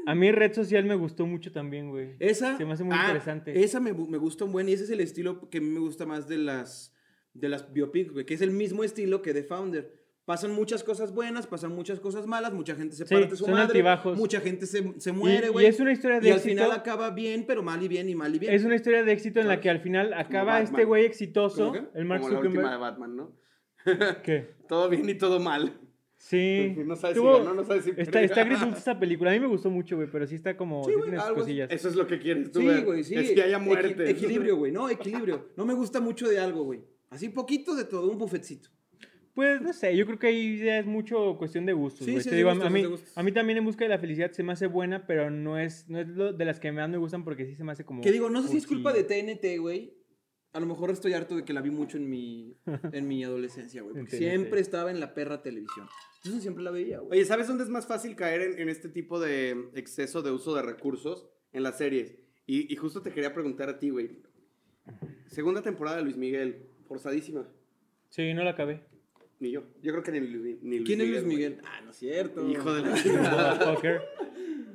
A mí Red Social me gustó mucho también, güey. Esa. ah, Se me hace muy interesante. Esa me, bu- me gusta un buen. Y ese es el estilo que a mí me gusta más de las, de las biopics, güey. Que es el mismo estilo que The Founder. Pasan muchas cosas buenas, pasan muchas cosas malas. Mucha gente se Sí, parte su son madre. altibajos. Mucha gente se, se Y- muere, y güey. es una historia de Y al éxito. final acaba bien, pero mal y bien, y mal y bien. Es una historia de éxito en la ¿Sabes? que al final acaba Batman. este güey ¿Cómo exitoso, qué? el Mark Como la última de Zuckerberg. Batman, ¿no? ¿Qué? Todo bien y todo mal. Sí. Pues No sabes si Tuvo- ganó, no sabes si Está, perdió. está agridulce esta película. A mí me gustó mucho, güey, pero sí está como. Sí, sí güey, tiene sus algo es- cosillas. Eso es lo que quieres tú Sí, ver. güey, sí. Es que haya Equi- muerte. equilibrio, güey. No, equilibrio. No me gusta mucho de algo, güey. Así poquito de todo, un bufetcito. Pues no sé, yo creo que ahí ya es mucho cuestión de gustos. Sí, güey. Te sí, es de digo, a- gustos, a, es mí, de gustos. a mí también En Busca de la Felicidad se me hace buena, pero no es, no es lo- de las que más me gustan porque sí se me hace como. Que digo, no sé si es cursi. culpa de TNT, güey. A lo mejor estoy harto de que la vi mucho en mi, en mi adolescencia, güey. En Porque TNT. siempre estaba en la perra televisión. Entonces siempre la veía, güey. Oye, ¿sabes dónde es más fácil caer en, en este tipo de exceso de uso de recursos? En las series. Y, y justo te quería preguntar a ti, güey. Segunda temporada de Luis Miguel, forzadísima. Sí, no la acabé. Ni yo. Yo creo que ni, Lu- ni Luis ¿Quién es Miguel. Luis güey. Miguel? Ah, no es cierto. Hijo de la Motherfucker.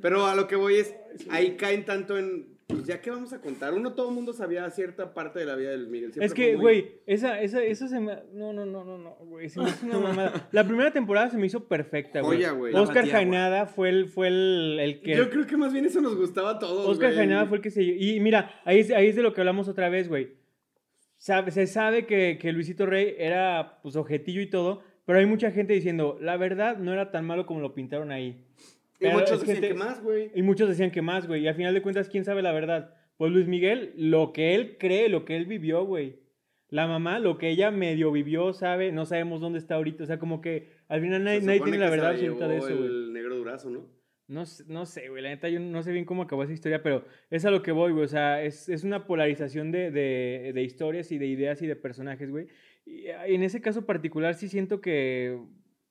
Pero a lo que voy es, ahí caen tanto en. Pues ya que vamos a contar. Uno, todo el mundo sabía cierta parte de la vida de Luis Miguel. Siempre Es que, fue muy- güey, esa, esa, eso se me. No, no, no, no, no, güey. Se me hizo una mamada. La primera temporada se me hizo perfecta, güey. Joya, güey. La Oscar batía, güey. Jainada fue el, fue el, el que. Yo creo que más bien eso nos gustaba a todos. Oscar güey. Jainada fue el que se. Y mira, ahí, es- ahí es de lo que hablamos otra vez, güey. Sabe- se sabe que, que Luisito Rey era, pues, objetillo y todo. Pero hay mucha gente diciendo, la verdad no era tan malo como lo pintaron ahí. Y Pero muchos es que decían te- que más, güey. Y muchos decían que más, güey. Y al final de cuentas, ¿quién sabe la verdad? Pues Luis Miguel, lo que él cree, lo que él vivió, güey. La mamá, lo que ella medio vivió, sabe, no sabemos dónde está ahorita. O sea, como que al final nadie, Se nadie supone tiene la que se verdad llevó absoluta de eso, güey. El negro durazo, ¿no? No, sé- no sé, güey, la neta, yo no sé bien cómo acabó esa historia, pero es a lo que voy, güey. O sea, es, es una polarización de, de- de historias y de ideas y de personajes, güey. Y ah, en ese caso particular sí siento que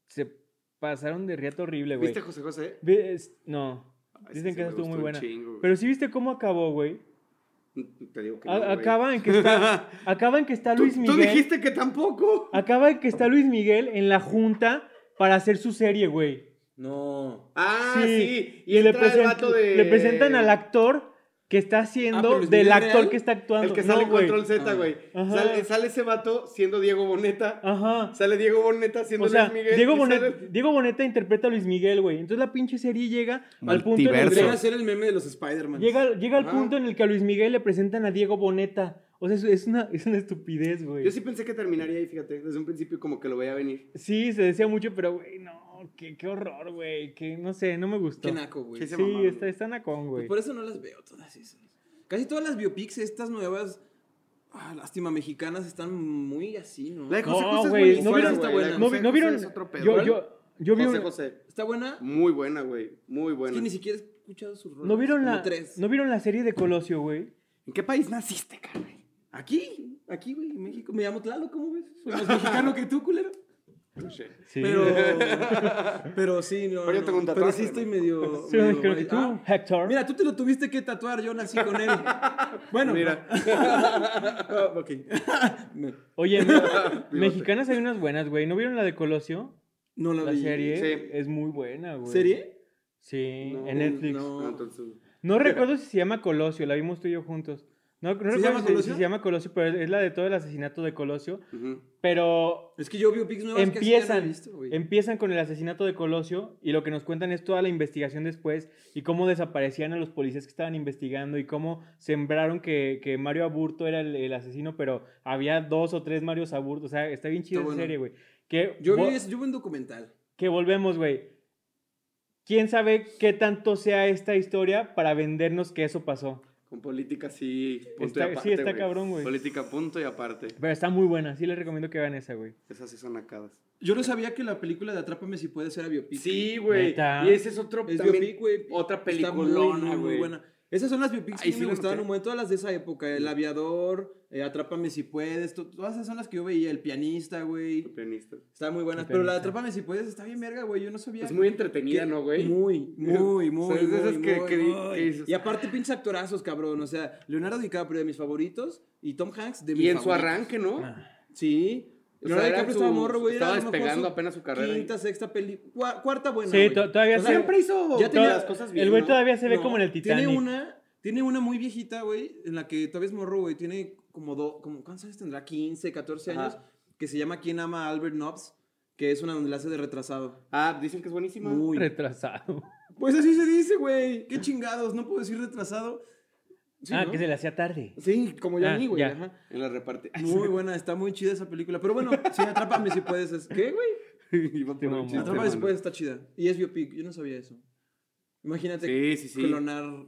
se pasaron de riata horrible, güey. ¿Viste a José José? Ve- es- No, Ay, dicen sí, que me esa estuvo gustó muy un buena. chingo, güey. Pero sí viste cómo acabó, güey. Mm, Te digo que A- no, güey. acaba, en que está, acaba en que está Tú- Luis tú Miguel. Ah, dijiste que tampoco. Acaba en que está Luis Miguel en la junta para hacer su serie, güey. No. Ah, Sí, sí. Y, le, entra el present- vato de- le presentan al actor que está haciendo Ah, pero Luis del Miguel actor real, que está actuando. El que sale No, en güey. Control Z, Ah. güey. Ajá. Sale, sale ese vato siendo Diego Boneta. Ajá. Sale Diego Boneta siendo O sea, Luis Miguel. Diego, y Bonet- sale- Diego Boneta interpreta a Luis Miguel, güey. Entonces la pinche serie llega al punto en el que- Podría ser el meme de los Spider-Man. llega, llega al Ajá. punto en el que a Luis Miguel le presentan a Diego Boneta. O sea, es, es una, es una estupidez, güey. Yo sí pensé que terminaría ahí, fíjate. Desde un principio como que lo veía venir. Sí, se decía mucho, pero, güey, no, qué, qué horror, güey. Que no sé, no me gustó. Qué naco, güey. Sí, se sí, mamaron, está, güey. está nacón, güey. Pues por eso no las veo todas esas. Casi todas las biopics, estas nuevas, ah, lástima, mexicanas, están muy así, ¿no? La de José No, José es güey, no buenísima, vieron, está güey. La de buena. no, José vi- no José vieron. es otro pedo. yo, ¿Cuál? yo, yo vi José un- José. ¿Está buena? Muy buena, güey. Muy buena. Es que ni siquiera he escuchado su rol. ¿No vieron, Como la, tres. ¿No vieron la serie de Colosio, güey? ¿En qué país naciste, carnal? Aquí, aquí, güey, en México. Me llamo Tlalo, ¿cómo ves? Soy más mexicano que tú, culero. Sí. Pero, pero sí, no. Pero yo no. tengo un Pero tatuaje, sí estoy ¿no? medio. Sí, medio creo que tú, mal- Ah, Héctor. Mira, tú te lo tuviste que tatuar, yo nací con él. Bueno, Mira. Ah, ok. Me- Oye, me- mexicanas hay unas buenas, güey. ¿No vieron la de Colosio? No la La vi. serie Sí. es muy buena, güey. ¿Serie? Sí, No, en Netflix. No. no. Ah, entonces- recuerdo si se llama Colosio, la vimos tú y yo juntos. No, no recuerdo llama si, Colosio? si se llama Colosio, pero es, es la de todo el asesinato de Colosio. Ujú. Pero Es que yo biopics nuevas que así ya no empiezan, he Em- visto, güey. empiezan con el asesinato de Colosio y lo que nos cuentan es toda la investigación después y cómo desaparecían a los policías que estaban investigando y cómo sembraron que, que Mario Aburto era el, el asesino, pero había dos o tres Marios Aburto. O sea, está bien chida Está esa bueno. serie, güey. Que, Yo vo- vi, eso- yo vi un documental. que volvemos, güey. ¿Quién sabe qué tanto sea esta historia para vendernos que eso pasó? Con política sí, punto Está- y aparte. sí, está cabrón, güey. Política, punto y aparte. Pero está muy buena, sí les recomiendo que vean esa, güey. Esas sí son acadas. Yo no sabía que la película de Atrápame si puede ser a biopic. Sí, güey. Neta. Y ese es otro Es también, biopic, güey. Otra Está muy, peliculona, muy, muy güey. buena. Esas son las biopics Ay, que sí me la noté. gustaban Mm. un buen, todas las de esa época. El aviador, eh, Atrápame si puedes, to- todas esas son las que yo veía. El pianista, güey. Pianista. Está muy buena. El Pero la de pianista. Atrápame si puedes está bien verga, güey. Yo no sabía. Es muy que- entretenida, ¿no, güey? Muy, muy, muy. ¿Sabes de esas muy, que- muy, que di- muy. que dices? Y aparte, pinches actorazos, cabrón. O sea, Leonardo DiCaprio de mis favoritos y Tom Hanks de mis Y en su favoritos. arranque, ¿no? Sí. O Leonardo sea, era DiCaprio su- estaba morro, güey. era estaba a lo mejor despegando su apenas su carrera Quinta, sexta peli. cua- Cuarta buena. Sí, güey. to- todavía se- Siempre hizo ya tenía Toda- las cosas bien. el güey ¿no? todavía se ve No, como en el Titanic. Tiene una, tiene una muy viejita, güey, en la que todavía es morro, güey. Tiene como, do, como ¿cuántos años tendrá? 15, 14 Ajá. años. Que se llama ¿Quién ama a Albert Nobbs? Que es una donde la hace de retrasado. Ah, dicen que es buenísima. Muy. Retrasado. pues así se dice, güey. Qué chingados, no puedo decir retrasado. Sí, ah, ¿no? que se le hacía tarde. Sí, como Ah, ya ni, güey. ya. ajá. En la reparte. Muy buena, está muy chida esa película. Pero bueno, sí, atrápame si puedes. es- ¿Qué, güey? Iba a poner un Sí, chiste, Atrápame si mano. puedes está chida. Y es biopic, yo no sabía eso. Imagínate Sí, sí, sí. clonar.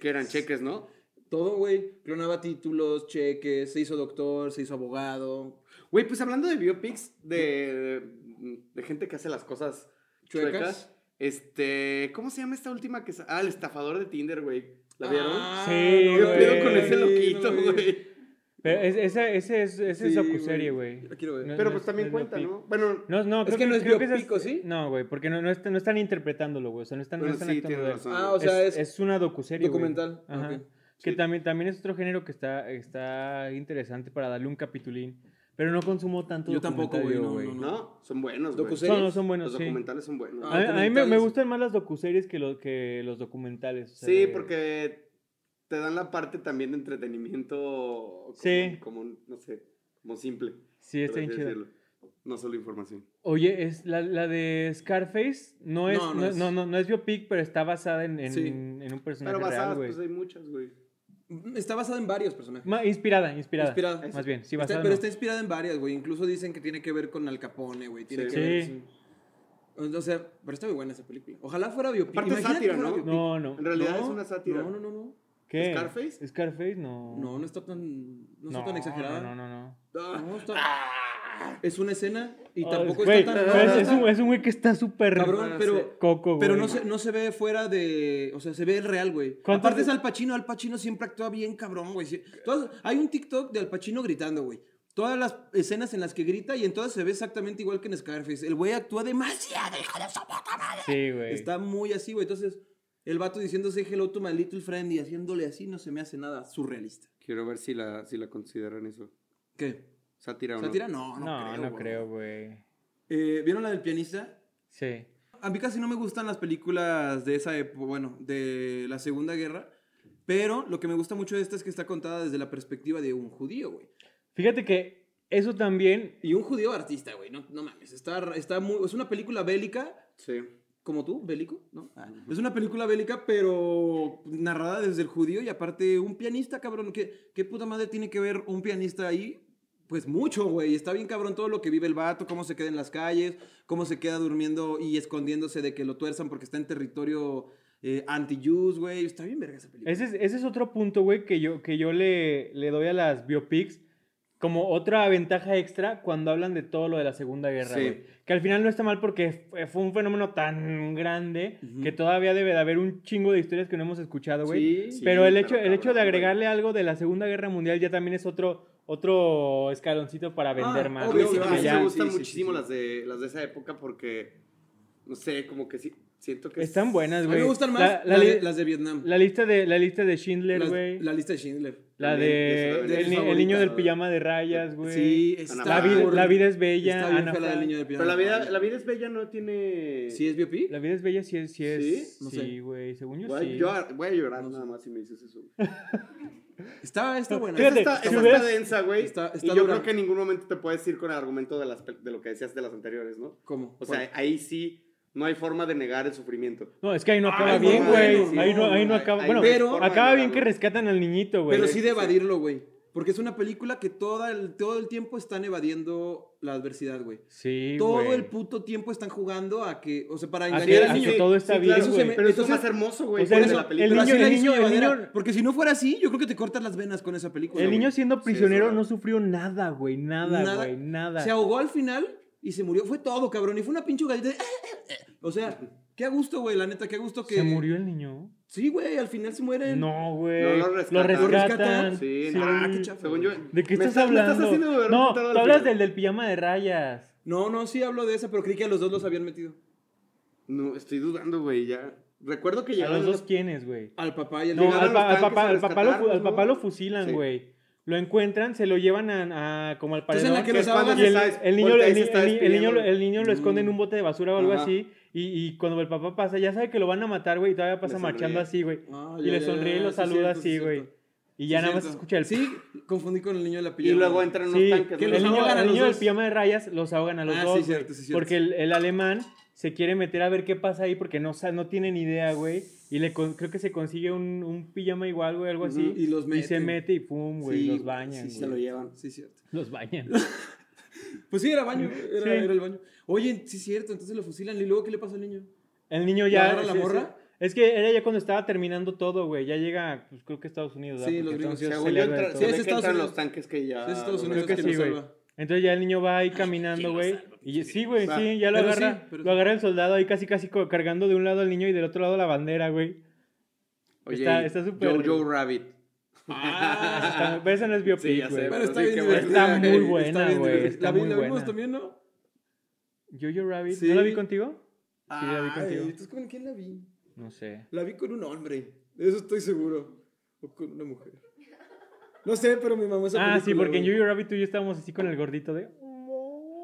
Que eran cheques, ¿no? Todo, güey. Clonaba títulos, cheques, se hizo doctor, se hizo abogado. Güey, pues hablando de biopics, de, de gente que hace las cosas chuecas, Chuecas. este, ¿cómo se llama esta última que sa- Ah, el estafador de Tinder, güey. ¿La vieron? Ah, Sí, no, ¿Qué güey. pedo con ese no, loquito, güey. güey? Pero es- esa, ese es, esa es Sí, docuserie, güey. La quiero ver. No- no Pero pues es- también no es cuenta, biopic. ¿no? Bueno, No, no, creo que no es creo esa biopic, ¿o sí? No, güey, porque no, no, está- no están interpretándolo, güey. O sea, no están, no bueno, están sí, actuando tienes de él. razón. Ah, güey. o sea, es, es es una docuserie. güey. documental. Ajá. Ok. Que Sí. también, también es otro género que está, está interesante para darle un capitulín. Pero no consumo tanto Yo tampoco, documental, güey, yo, no, no, no. No, son buenos, güey. ¿Docuseries? Son, no, son buenos, Los sí. documentales son buenos. A, mí- a mí me, documentales. me gustan más las docuseries que, los que los documentales. o sea, Sí, de- porque te dan la parte también de entretenimiento como, Sí. como no sé, como simple. Sí, está por bien así chido. decirlo. No solo información. Oye, es la, la de Scarface no es, no, No, no no, es. no, no es biopic, pero está basada en, en, Sí. en un personaje Pero real, basadas, güey. pues hay muchas, güey. Mm, Está basada en varios personajes. Ma- Inspirada, inspirada. Inspirada. Más bien, sí, Está- basada. pero no. este está inspirada en varias, güey. Incluso dicen que tiene que ver con Al Capone, güey. Tiene Sí. que ver. Sí. sí. O sea, pero está muy buena esa película. Ojalá fuera biopic. Aparte es Imagínate que sátira, fuera ¿no? biopic. No, no. En realidad No, es una sátira. No, no, no, no. ¿Qué? ¿Scarface? Scarface, no. No, no está tan, no está tan exagerada. No, no, no. Ah, no, está- Es una escena y Ay, tampoco güey, está tan. pero es- no, es, está- un, es un güey que está súper Cabrón, pero. coco, güey. Pero no se, no se ve fuera de. O sea, se ve real, güey. ¿Cuántos- Aparte es Al Pacino. Al Pacino siempre actúa bien, cabrón, güey. Sí. Todas- hay un TikTok de Al Pacino gritando, güey. Todas las escenas en las que grita y en todas se ve exactamente igual que en Scarface. El güey actúa demasiado, hijo de su puta madre. Sí, güey. Está muy así, güey. Entonces, el vato diciéndose hello to my little friend y haciéndole así no se me hace nada surrealista. Quiero ver si la, si la consideran eso. ¿Qué? Sátira o no. ¿Sátira? No, no, No, creo. no güey. creo, güey. Eh, ¿Vieron la del pianista? Sí. A mí casi no me gustan las películas de esa época, bueno, de la Segunda Guerra, pero lo que me gusta mucho de esta es que está contada desde la perspectiva de un judío, güey. Fíjate que eso también. Y un judío artista, güey, no, no mames, está, ra- está muy, es una película bélica, Sí. como tú, bélico, ¿no? Ah, es una película bélica, pero narrada desde el judío y aparte un pianista, cabrón, ¿qué, qué puta madre tiene que ver un pianista ahí? Pues mucho, güey, está bien cabrón todo lo que vive el vato, cómo se queda en las calles, cómo se queda durmiendo y escondiéndose de que lo tuerzan porque está en territorio eh, anti-Jews, güey, está bien verga esa película. Ese es, ese es otro punto, güey, que yo, que yo le, le doy a las biopics como otra ventaja extra cuando hablan de todo lo de la Segunda Guerra, Sí. güey. Que al final no está mal porque fue- fue un fenómeno tan grande que todavía debe de haber un chingo de historias que no hemos escuchado, güey. Sí, pero el hecho, el cabrón, hecho de güey. agregarle algo de la Segunda Guerra Mundial ya también es otro, otro escaloncito para vender Ah, más. obvio, güey, Güey, sí, obvio, porque a mí pues ya me sí, gustan sí, sí, muchísimo sí. Las, de, las de esa época porque, no sé, como que sí, siento que... es- están buenas, A güey. mí me gustan más La- la la li- de- las de Vietnam, la lista de la lista de Schindler, Las- güey. la lista de Schindler. La también, de esa el, también es ni- el favorita, niño del ¿no? pijama de rayas, güey. Sí, Ana está... la vida, Frank. la vida es bella. Está bien Ana fea la del Frank. niño del piano. Pero la vida, la vida es bella, no tiene... ¿Sí es biopic? La vida es bella, sí es, sí es, ¿Sí? No sí, sé. güey, según yo Voy, sí. a, llorar- voy a llorar nada más si me dices eso. Está, está buena. Fíjate, Esa está, si esa hubieras- está densa, güey. Está- está y yo dura. creo que en ningún momento te puedes ir con el argumento de, las, pel- de lo que decías de las anteriores, ¿no? ¿Cómo? O sea, ahí sí no hay forma de negar el sufrimiento. No, es que ahí no acaba Ay, bien, no, güey. bueno, sí, ahí no, no, ahí no no, acaba. ahí- bueno, ahí no hay forma de acaba bien que negarlo. rescatan al niñito, güey. Pero Sí, sí de sí, sí. evadirlo, güey. Porque es una película que toda el, todo el tiempo están evadiendo la adversidad, güey. Sí, todo güey. el puto tiempo están jugando a que, o sea, para A que- engañar a al que niño. todo está bien, eso se güey. me- Pero eso es entonces- más hermoso, güey. o sea, de eso- la el película. pero así niño- la el hizo niño- el llevadera, niño- Porque si no fuera así, yo creo que te cortas las venas con esa película. El güey. niño siendo Sí, es prisionero verdad. no sufrió nada, güey. Nada, güey. Nada. Se ahogó al final y se murió. Fue todo, cabrón. Y fue una pinche galleta. de- O sea, qué a gusto, güey. La neta, qué a gusto que. ¿Se murió el niño? Sí, güey. Al final se mueren. No, güey. No, lo Lo rescatan. rescatan. Sí, Sí. no, Ah, qué chafa. Según yo. ¿De qué me estás está- me hablando? estás haciendo beber no, todo al tú hablas final. del del pijama de rayas. No, no, sí hablo de esa, pero creí que a los dos los habían metido. No, estoy dudando, güey, ya. Recuerdo que ¿A llegaron los dos quiénes, güey? Al papá y al No, llegaron al, los pa- al tanques a papá, al, papá lo, fu- al rescatarlos, papá ¿no? lo fusilan, Sí. güey. Lo encuentran, se lo llevan a, a- como al Entonces, paredón. en la que los cuando ahogan y el, se está- el niño, voltea y el, se ni- está el ni- el niño, lo- despidiendo. el niño lo esconde Mm. en un bote de basura o algo Ajá. así. Y, y cuando el papá pasa, ya sabe que lo van a matar, güey. Y todavía pasa Le sonríe. marchando así, güey. Ah, y ya, le ya, sonríe y ya, lo sí, saluda cierto, sí, así, güey. cierto. Y ya Sí, nada más cierto. escucha el... Sí, confundí con el niño de la Y pijama. luego entran unos Sí, tanques. que ¿no? el los niño, ahogan a el los niño del dos. pijama de rayas los ahogan a los Ah, sí, dos. güey, cierto, sí, cierto. Porque el, el alemán se quiere meter a ver qué pasa ahí porque no, sa- no tiene ni idea, güey. Y le con- creo que se consigue un, un pijama igual, güey, algo así. Ujú, y los se meten. mete y pum, güey, Sí, los güey, bañan. sí, Se lo güey. llevan. Sí, cierto. Los bañan. Pues sí, era baño, era, Sí. era el baño. Oye, sí, cierto, entonces lo fusilan y luego ¿qué le pasa al niño? El niño ¿Le ya. agarra se- la se- morra? Es que era ya cuando estaba terminando todo, güey. Ya llega, pues creo que Estados Unidos. ¿verdad? Sí, los Porque gringos, entonces Según se yo, le abre entra- todo. se Sí, ve es que Estados entran Unidos. los tanques que ya... Sí, es Estados los Unidos Creo que que sí, nos güey. salva. Entonces ya el niño va Ah, ahí caminando, güey. Y sí, güey, Ah, sí, ya lo pero agarra. sí, pero lo sí. agarra el soldado ahí casi casi co- cargando de un lado al niño y del otro lado la bandera, güey. Oye, Está- y está súper- Ah. Jojo Rabbit. Está- Pero esa no es Sí, biopic, ya sé, güey. Pero está Sí, bien que divertida, bueno. Está güey. muy buena, bien güey, divertida. está ¿La vi- muy la buena. vimos también, no? Jojo Rabbit, Sí. ¿no la vi contigo? Sí, Ah, la vi Ay, contigo. ¿entonces con quién la vi? No sé. La vi con un hombre, de eso estoy seguro. O con una mujer. No sé, pero mi mamá esa Ah, sí, película, porque en güey. Jojo Rabbit tú y yo estábamos así con el gordito de...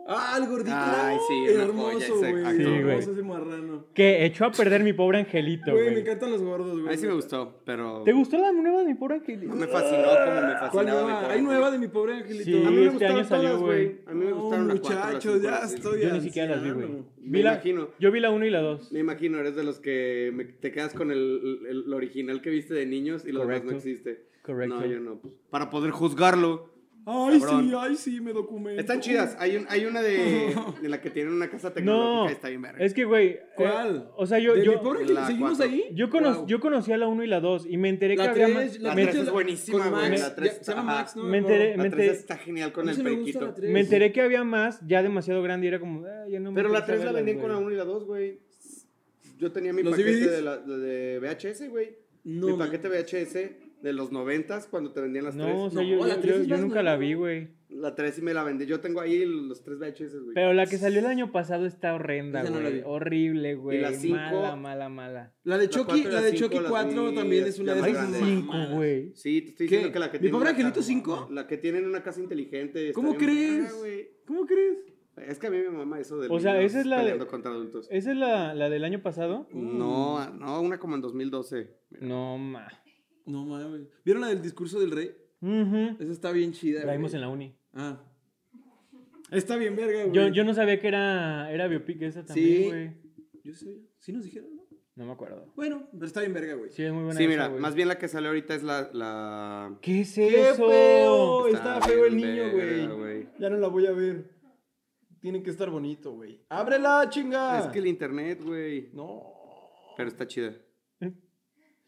Ah, el gordito. Ay, Ay, sí, sí, una joya hermoso, ese güey. actor. Sí, güey. hermoso ese marrano. Que echó a perder mi pobre angelito, Güey, me güey. encantan los gordos, güey. A mí sí me gustó, pero... ¿Te gustó la nueva de mi pobre angelito? Me fascinó como me fascinaba. ¿Cuál mi nueva? pobre Hay nueva angelito. de mi pobre angelito. Sí, A mí me este gustaron año salió, todas, güey. güey. A mí me No, gustaron las cuatro, las muchachos, cinco, ya las seis. estoy Yo ni siquiera las vi, güey. anciano. Vi la- imagino. Yo vi la 1 y la 2. Me imagino, eres de los que me- te quedas con el, el- el original que viste de niños y lo demás no Correcto. existe. Correcto. No, yo no. pues, para poder juzgarlo. Ay, Cabrón. sí, ay, sí, me documento. Están chidas. Hay, un, hay una de, de la que tienen una casa tecnológica No, y está bien verga. es que, güey. eh, ¿Cuál? o sea, yo, ¿De yo, mi pobre La angelito? ¿Seguimos cuatro. ahí? yo, cono- Wow. yo conocía la 1 y la 2 y me enteré que La había tres, más. la me, tres enteré- es buenísima, con güey, Max. la tres Ya- está- Se llama ajá. Max, ¿no? Me El morro. enteré- La me 3 está genial A con mí el sí me gusta periquito. la tres. me enteré que había más ya demasiado grande y era como. "Ah, ya no me Pero la interesa 3 la verlas, vendían con la güey". 1 y la 2, güey. Yo tenía mi ¿Los paquete DVDs? de, la- de VHS, güey. No, mi man. paquete VHS de los 90 cuando te vendían las 3. No, o sea, No, yo, la yo- tres yo- es yo más nunca la nueva. vi, güey. La 3 sí me la vendí. Yo tengo ahí los 3 VHS, güey. Pero la que salió el año pasado está horrenda, Esa no la güey. vi. horrible, güey. la cinco? Mala, mala, mala. La de La Chucky, cuatro y la la de cinco Chucky las 4 vi también es una ya de más Hay esas grande. cinco, mamadas. güey. Sí, te estoy ¿Qué? diciendo que la que ¿Mi tiene pobre una angelito casa- cinco? La que tienen una casa inteligente. está ¿Cómo bien crees? verga, güey. ¿Cómo crees? es que a mí me mama eso de O sea, niños esa es la de- peleando contra adultos. eh, ¿Esa es la, la del año pasado? mm. No, no, una como en 2012. No, ma. No mames. ¿Vieron la del discurso del rey? Ujú. Esa está bien chida. La güey. vimos en la uni. Ah. Está bien verga, güey. Yo, yo no sabía que era, era biopic esa Sí. también, güey. Yo sé. Sí nos dijeron, ¿no? No me acuerdo. Bueno, pero está bien verga, güey. Sí, es muy buena. Sí, esa, mira, güey. más bien la que sale ahorita es la... la... ¿Qué es ¡Qué eso? feo! Está Está, Oh, feo el bien niño, verga, güey. güey. Ya no la voy a ver. Tiene que estar bonito, güey. ¡Ábrela, chinga! Es que el internet, güey. No. Pero está chida. ¿Eh?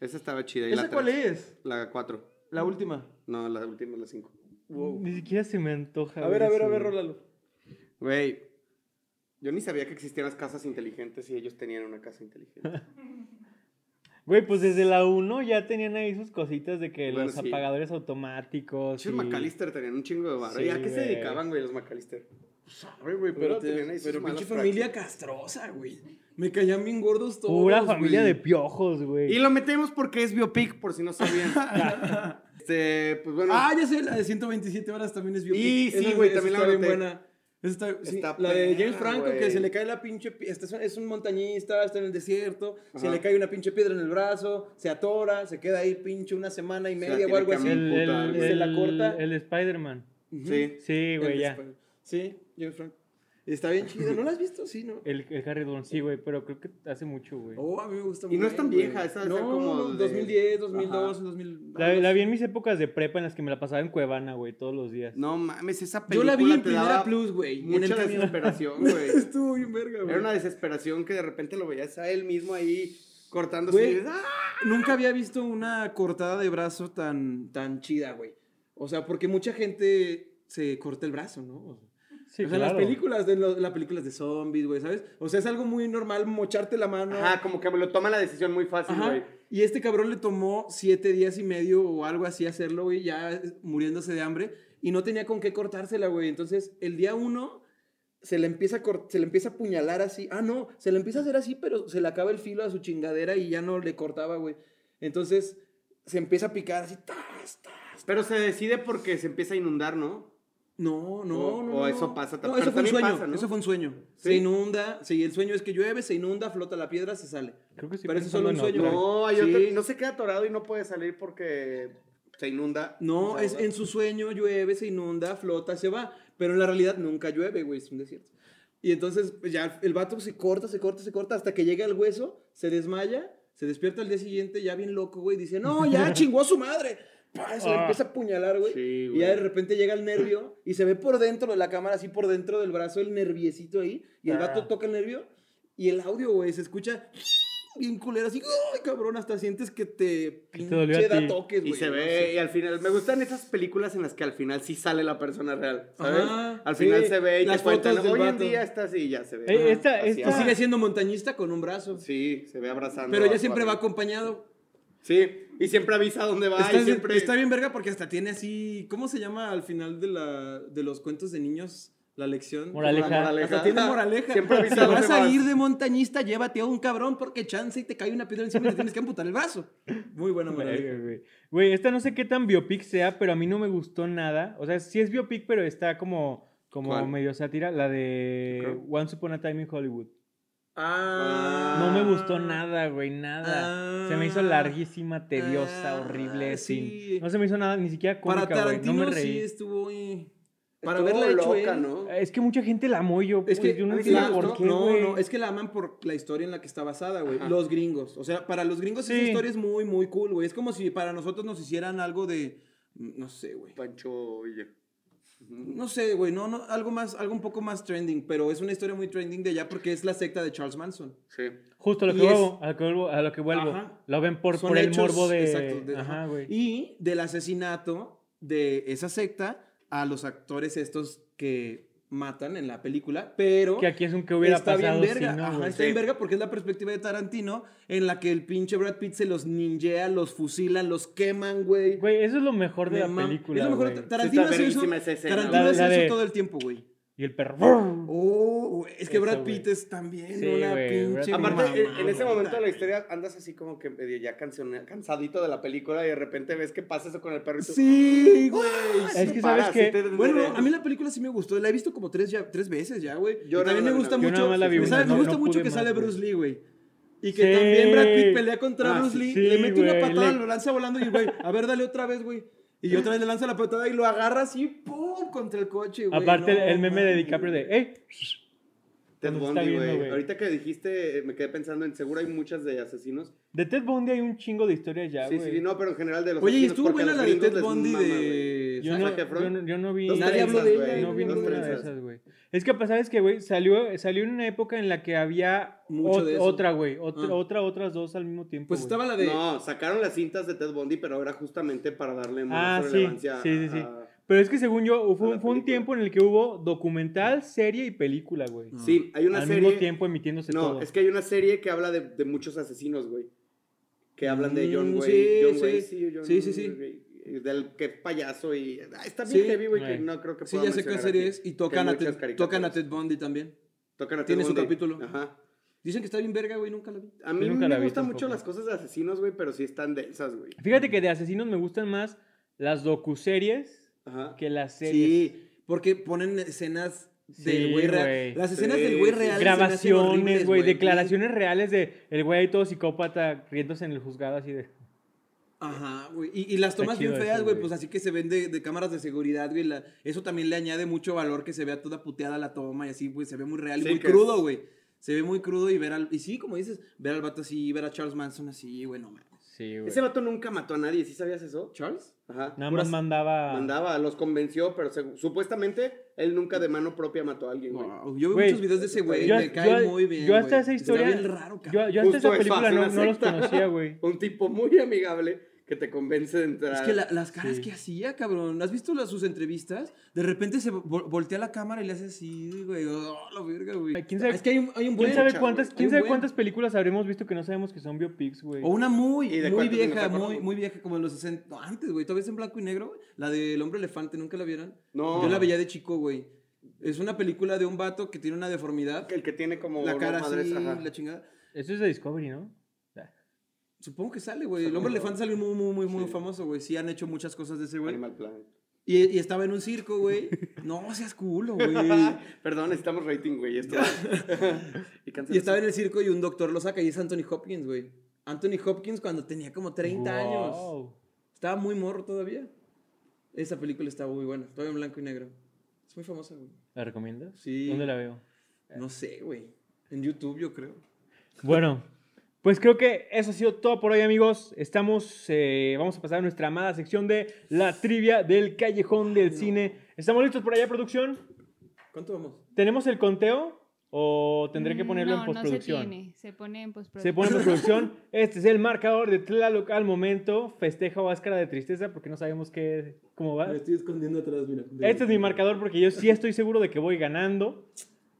Esa estaba chida. ¿Y ¿Esa la cuál es? La 4. La última. No, la última, la 5. Ni siquiera se me antoja. A ver, a ver, a ver, Roland. Rolalo. Güey, yo ni sabía que existían las casas inteligentes y ellos tenían una casa inteligente. Güey, pues desde la 1 ya tenían ahí sus cositas de que Bueno, los sí. apagadores automáticos. Muchos y- McAllister tenían un chingo de barro. Sí, ¿Y a qué se güey. dedicaban, güey, los McAllister? Sorry, güey, Pues, Pero, te- tenían ahí sus pero malas pinche familia prácticas. castrosa, güey. Me caían bien gordos todos. Pura familia güey. de piojos, güey. Y lo metemos porque es biopic, por si no sabían. este, pues bueno. Ah, ya sé, la de 127 horas también es biopic. Y sí, Esa- güey, esa también la está bien anoté. buena. Esa está- sí, Está la de perra, James Franco, güey. que se le cae la pinche pi- este es un- es un montañista, está en el desierto, se Ajá. le cae una pinche piedra en el brazo, se atora, se queda ahí pinche una semana y la media o tiene algo que así. amar. el, puta, el- se la el- corta. El Spider-Man. Sí. Sí, güey, El ya. Spider- Sí, James Franco. Está bien chida. ¿No la has visto? Sí, ¿no? El, el Harry Don, sí, güey, pero creo que hace mucho, Eh, güey. Oh, a mí me gusta Y no mucho, es tan güey. vieja, esa debe no, ser como no, de- 2010, 2002, Ajá. 2000. La, la vi en mis épocas de prepa en las que me la pasaba en Cuevana, güey, todos los días. No mames, esa Yo película. la vi en te daba Primera Plus, güey. en el Mucha camión. desesperación, güey. Estuvo bien verga, güey. Era una desesperación que de repente lo veías a él mismo ahí cortándose. Güey. y dices, ¡ah! Nunca había visto una cortada de brazo tan, tan chida, güey. O sea, porque mucha gente se corta el brazo, ¿no? O sea, Sí, o sea, claro. las películas de lo- las películas de zombies, güey, ¿sabes? O sea, es algo muy normal mocharte la mano. Ajá, como que me lo toma la decisión muy fácil, Ajá. güey. Y este cabrón le tomó siete días y medio o algo así hacerlo, güey, ya eh, muriéndose de hambre. Y no tenía con qué cortársela, güey. Entonces, el día uno se le empieza a, cort- se le empieza a apuñalar así. Ah, no, se le empieza a hacer así, pero se le acaba el filo a su chingadera y ya no le cortaba, güey. Entonces, se empieza a picar así. tas, tas. Pero se decide porque se empieza a inundar, ¿no? No, no, O- no. o no. eso pasa tam- No, pero eso fue un también sueño. pasa, ¿no? Eso fue un sueño. ¿Sí? Se inunda. Sí, el sueño es que llueve, se inunda, flota la piedra, se sale. Creo que sí. Pero eso es solo un sueño. No. No, hay Sí. otro- no se queda atorado y no puede salir porque se inunda. No, Se es ahoga. en su sueño llueve, se inunda, flota, se va. Pero en la realidad nunca llueve, güey, es un desierto. Y entonces pues, ya el vato se corta, se corta, se corta hasta que llega al hueso, se desmaya, se despierta al día siguiente ya bien loco, güey, dice, no, ya chingó a su madre. Pa, se le Ah. empieza a apuñalar, güey. Sí, y ya de güey. repente llega el nervio y se ve por dentro de la cámara, así por dentro del brazo, el nerviecito ahí. Y el Ah. vato toca el nervio y el audio, güey, se escucha bien culero, así, ¡ay, cabrón! Hasta sientes que te te dolió a pinche da ti. toques, Y güey. se ¿no? ve, y al final, me gustan esas películas en las que al final sí sale la persona real, ¿sabes? Ajá, al final sí, se ve y las te cuentan, fotos del hoy en vato". día está así y ya se ve. Eh, Ajá, esta- así, esta- Y ajá. sigue siendo montañista con un brazo. Sí, se ve abrazando. Pero a ya su siempre va amigo. acompañado. Sí, y siempre avisa dónde va está, y siempre... está bien verga porque hasta tiene así. ¿Cómo se llama al final de, la, de los cuentos de niños? La lección. Moraleja. Como la Hasta tiene moraleja. Siempre avisa Te dónde vas a vas. ir de montañista, llévate a un cabrón porque chance y te cae una piedra encima y te tienes que amputar el brazo. Muy buena moraleja. Verga, güey. Güey, esta no sé qué tan biopic sea, pero a mí no me gustó nada. O sea, sí es biopic, pero está como, como ¿Cuál? medio sátira. La de Ok. Once Upon a Time in Hollywood. Ah. No me gustó nada, güey, nada. Ah. se me hizo larguísima, tediosa, Ah, horrible, sí. sin... No se me hizo nada, ni siquiera Para cómica, güey. No Tarantino me sí reí. estuvo. eh, para Estuvo verla hecho ¿eh? loca, él. ¿no? Es que mucha gente la amó y yo. Es que pues, yo no a mí sí entiendo me por gustó. qué, no, güey. no, es que la aman por la historia en la que está basada, güey. Ajá. Los gringos. O sea, para los gringos Sí. esa historia es muy, muy cool, güey. Es como si para nosotros nos hicieran algo de. No sé, güey. Pancho Villa. No sé, güey. No, no, algo más, algo un poco más trending, pero es una historia muy trending de allá porque es la secta de Charles Manson. Sí. Justo a lo que y es- vuelvo, a lo que vuelvo, a lo que vuelvo. Ajá. Lo ven por, Son por el hechos, morbo de. exacto, de- ajá, ajá. güey. Y del asesinato de esa secta a los actores estos que matan en la película, pero Que aquí es un que hubiera está pasado bien si verga, no, ajá, güey. está bien Sí. verga porque es la perspectiva de Tarantino en la que el pinche Brad Pitt se los ninjea, los fusila, los queman, güey. Güey, eso es lo mejor de Me la mam- película. Es lo mejor. güey. Tarantino Sí, está hace eso, verguísima esa escena, Tarantino güey. hace La de- eso todo el tiempo, güey. Y el perro. Oh, güey, es que Eso, Brad güey. Pitt es también Sí, una güey, pinche Brad Pitt. Aparte, en- en, mamada. ese momento de la historia andas así como que medio ya cansone- cansadito de la película y de repente ves que pasa eso con el perro y tú, Sí, güey. Es que sabes que que- Bueno, a mí la película sí me gustó. La he visto como tres, ya, tres veces ya, güey. Yo Y también nada me más gusta la una. vi Yo mucho. nada más la vi me una, sabe- no- me gusta no mucho pude que más, sale güey. Bruce Lee, güey. Y que Sí. también Brad Pitt pelea contra Ah, Bruce sí, Lee. sí, le mete una güey, patada, le- lo lanza volando y, el güey, a ver, dale otra vez, güey. Y otra vez le lanza la patada y lo agarra así, ¡pum! contra el coche, güey. Aparte, No, el meme de mames. DiCaprio de. ¡Ey! Ted Cuando está Bundy, viendo, güey. güey. Ahorita que dijiste, eh, me quedé pensando en seguro hay muchas de asesinos. De Ted Bundy hay un chingo de historias ya, sí, güey. sí, sí, no, pero en general de los Oye, y asesinos, estuvo porque a buena los la de gringos Ted les Bundy mama, güey. de. Yo no, Zac Efron. yo, no, yo no vi. Dos Nadie habló trenzas, de ella, güey, No vi Dos ninguna de trenzas. esas, güey. Es que pasa, es que, güey, salió, salió en una época en la que había Mucho ot- de eso. otra, güey. Otra, Ah. otra, otras dos al mismo tiempo. Pues güey. estaba la de. No, sacaron las cintas de Ted Bundy, pero era justamente para darle Ah, más sí, relevancia. sí, sí, sí. a- Pero es que según yo, A fue, la fue un película. tiempo en el que hubo documental, serie y película, güey. No. Sí, hay Mm. una al serie. mismo tiempo emitiéndose no, todo. es que hay una serie que habla de, de muchos asesinos, güey. Que hablan de John Mm, Wayne. sí, John sí. Wayne, sí, John Sí, sí, sí. Wayne, Del que es payaso y. ah, está bien Sí. heavy, güey, que Ay. no creo que Sí, pueda ya sé qué mencionar serie aquí. es. Y Que tocan a, muchas Ted, caricaturas. tocan a Ted Bundy también. Tocan a Ted tiene su Bundy. capítulo. Ajá. Dicen que está bien verga, güey, nunca la vi. A Yo mí nunca la me vi gustan tampoco. mucho las cosas de asesinos, güey, pero sí están densas, güey. Fíjate que de asesinos me gustan más las docuseries Ajá. que las series. Sí, porque ponen escenas del Sí, güey. güey real. Las escenas Sí, del güey sí. real. se me hacen horribles, Grabaciones, güey, declaraciones reales de el güey ahí todo psicópata riéndose en el juzgado así de... Ajá, güey. Y, y las Está tomas bien chido feas, eso, güey, güey. pues así que se ven de, de cámaras de seguridad, güey. la- eso también le añade mucho valor que se vea toda puteada la toma y así, güey, se ve muy real y Sí, muy que crudo, es- güey. Se ve muy crudo y ver al. Y sí, como dices, ver al vato así, ver a Charles Manson así, güey, no mames. Sí, güey. Ese vato nunca mató a nadie, ¿sí sabías eso? ¿Charles? Ajá. Nada Puras- más mandaba... Mandaba, los convenció, pero seg- supuestamente él nunca de mano propia mató a alguien, güey. Wow, Yo vi Güey, muchos videos de ese güey, yo- me cae yo- muy bien. Yo hasta güey. esa Está historia... bien raro, cabrón. yo, yo hasta Justo esa eso, película hace no, una no los secta. conocía, güey. Un tipo muy amigable que te convence de entrar. Es que la- las caras Sí. que hacía, cabrón. ¿Has visto las- sus entrevistas? De repente se vol- voltea la cámara y le hace así, güey. Oh, la verga, güey. ¿Quién sabe- es que hay un, hay un buen. ¿Quién sabe chavo, cuántas, hay quién un sabe buen. cuántas películas habremos visto que no sabemos que son biopics, güey? O una muy, ¿Y de muy cuántas no te vieja, acuerdas, muy, güey? muy vieja, como en los 60. no, Antes, güey. Todavía es en blanco y negro. güey. La del hombre elefante, ¿nunca la vieron? No. Yo la veía de chico, güey. Es una película de un vato que tiene una deformidad. El que tiene como La dos cara madres, así, ajá. la chingada. Eso es de Discovery, ¿no? Supongo que sale, güey. El hombre elefante salió muy, muy, muy, muy famoso, güey. Sí, han hecho muchas cosas de ese, güey. Animal Planet. Y, y estaba en un circo, güey. No seas culo, güey. Perdón, necesitamos rating, güey. Esto. y cancela Y estaba en el circo y un doctor lo saca y es Anthony Hopkins, güey. Anthony Hopkins cuando tenía como 30 años. Wow. Estaba muy morro todavía. Esa película estaba muy buena, todavía en blanco y negro. Es muy famosa, güey. ¿La recomiendas? Sí. ¿Dónde la veo? No sé, güey. En YouTube, yo creo. Bueno, pues creo que eso ha sido todo por hoy, amigos. Estamos, eh, vamos a pasar a nuestra amada sección de la trivia del callejón del cine. ¿Estamos listos por allá, producción? ¿Cuánto vamos? ¿Tenemos el conteo? ¿O tendré que ponerlo Mm, no, en No se postproducción? tiene, se pone en se postproducción. pone en postproducción. Este es el marcador de Tlaloc al momento. Festeja oáscara de tristeza porque no sabemos qué, cómo va. Me Este estoy escondiendo atrás, mira. de- Ah. Este es mi marcador porque yo sí estoy seguro de que voy ganando.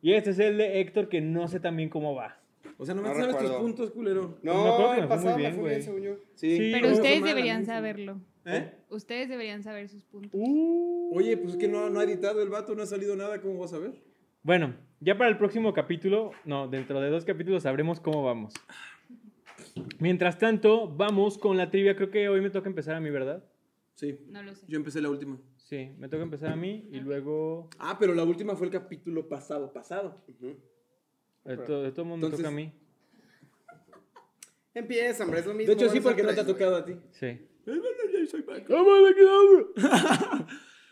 Y este es el de Héctor que no sé también cómo va. O sea, no me No sabes tus recuerdo. puntos, culero. No, me acuerdo No, que me el fue muy pasado me bien, fue güey. bien, según yo. Sí. Sí, Pero no, ustedes fue mala, deberían no fue- saberlo. ¿Eh? Ustedes deberían saber sus puntos. Uh. Oye, pues es que no, no ha editado el vato, no ha salido nada, ¿cómo vas a ver? Bueno, ya para el próximo capítulo, no, dentro de dos capítulos sabremos cómo vamos. Mientras tanto, vamos con la trivia. Creo que hoy me toca empezar a mí, ¿verdad? Sí, No lo sé. yo empecé la última. Sí, me toca empezar a mí y luego Ah, pero la última fue el capítulo pasado, pasado. de, eh, to- de todo mundo Entonces- me toca a mí. Empieza, hombre, es lo mismo. De hecho, van sí, a ser porque no te ha tres, güey. tocado a ti. Sí.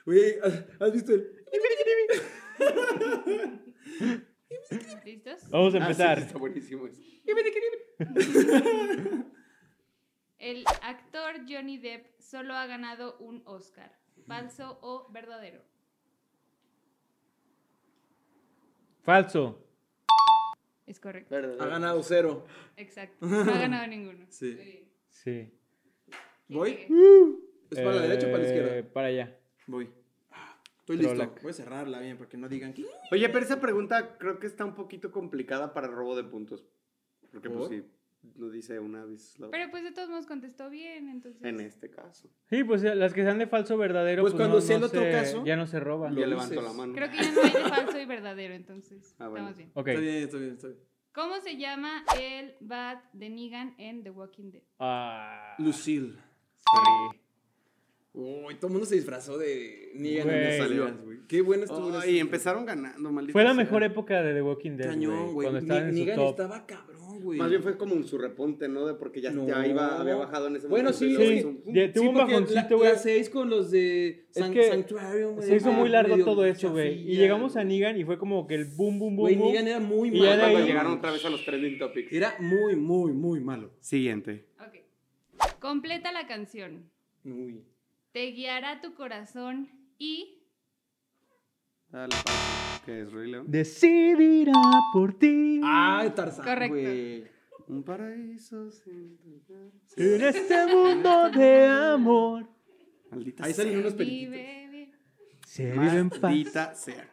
Oye, ¿has- ¿has visto el...? ¿Listos? Vamos a Ah, sí, empezar. está buenísimo eso. El actor Johnny Depp solo ha ganado un Oscar. ¿Falso o verdadero? Falso. Es correcto. Verdadero. Ha ganado cero. Exacto. No ha ganado ninguno. Sí. Muy bien. Sí. ¿Quién ¿Voy? sigue? Uh. ¿Es para la Eh, derecha o para la izquierda? Para allá. Voy. Estoy Trolac. listo. Voy a cerrarla bien para que no digan que... Oye, pero esa pregunta creo que está un poquito complicada para robo de puntos. Porque, pues ¿Por? sí, lo dice una vez la- Pero pues de todos modos contestó bien, entonces. en este caso. Sí, pues eh, las que sean de falso verdadero. Pues cuando no- sea el no otro se- caso, Ya no se roba. Lo Ya levantó dices. la mano. pues, Creo que ya no hay de falso y verdadero, entonces. Ah, bueno. Estamos bien. Ok. Está bien, está bien, está bien. ¿Cómo se llama el bat de Negan en The Walking Dead? Ah, Lucille. sí. Uy, todo el mundo se disfrazó de Negan Güey. en las salidas, güey. Qué buena estuvo Ay, la- empezaron ganando, maldito. Fue la sea. mejor época de The Walking Dead. Cañón, güey. Cuando Ni- estaban en su Negan top. estaba cabrón, güey. Más bien fue como un su reponte, ¿no? De porque ya, No. ya iba, había bajado en ese Bueno, momento. y sí, luego sí. hizo un- Ya tuvo un porque bajoncito, la- güey. La 6 con los de Es San- que Sanctuarium, güey. Se hizo Ah, muy largo medio todo eso, güey. Y chafilla. llegamos a Negan y fue como que el boom, boom, boom. Güey, boom. Negan era muy Y malo. ya de Cuando ahí- llegaron otra vez a los trending topics. Era muy, muy, muy malo. Siguiente. Ok. Completa la canción. Uy. Te guiará tu corazón y. Dale, que es Rey León. Decidirá por ti. Ah, Tarzán, Correcto. güey. Un paraíso sin lugar. En este mundo de amor. Maldita Ahí salen unos periquitos. Vive bien. Se sea. vive en paz. Maldita sea.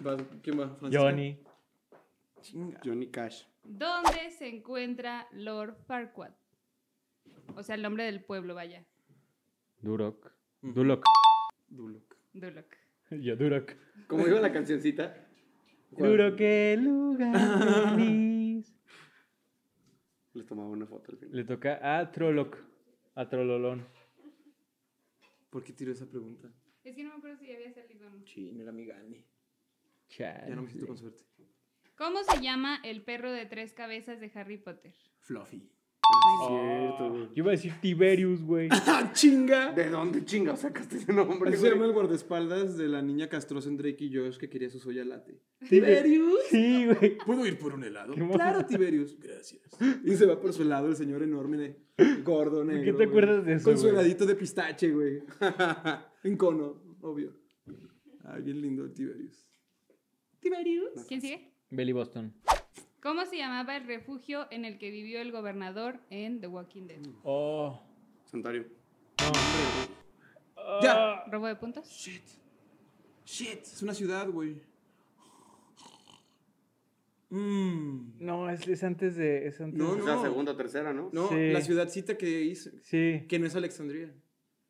Vas, ¿Quién va? Francisco. Johnny. Chinga. Johnny Cash. ¿Dónde se encuentra Lord Farquaad? O sea, el nombre del pueblo, vaya. Durok. Ujú. Durok. Duloc. Duloc. Yo, Durok. Como digo la cancioncita. ¿Cuál? Duro que lugar feliz. Les tomaba una foto al final. Le toca a Trolok. A Trololón. ¿Por qué tiró esa pregunta? Es que no me acuerdo si ya había salido o no. Chin, era mi gane. Chale. Ya no me siento con suerte. ¿Cómo se llama el perro de tres cabezas de Harry Potter? Fluffy. Ah, Cierto, güey. Yo iba a decir Tiberius, güey. ¡Ah, chinga! ¿De dónde chinga sacaste ese nombre? Así se güey? llama el guardaespaldas de la niña castrosa en Drake y Josh que quería su soya latte. Sí, güey. ¿Puedo ir por un helado? Qué Claro, Tiberius. Gracias. Y se va por su helado el señor enorme, ne- gordo, negro. qué te güey. acuerdas de eso, Con su güey? heladito de pistache, güey. en cono, obvio. Ay, bien lindo el Tiberius. ¿Tiberius? ¿Quién sigue? Belly Boston. ¿Cómo se llamaba el refugio en el que vivió el gobernador en The Walking Dead? Oh. Santorio. Ah. ¡Ya! ¿Robo de puntos? Shit. Shit. Es una ciudad, güey. Mm. No, es, es antes de. Es antes No, de- Es la no. segunda o tercera, ¿no? No, Sí. la ciudadcita que hizo. Sí. Que no es Alexandria.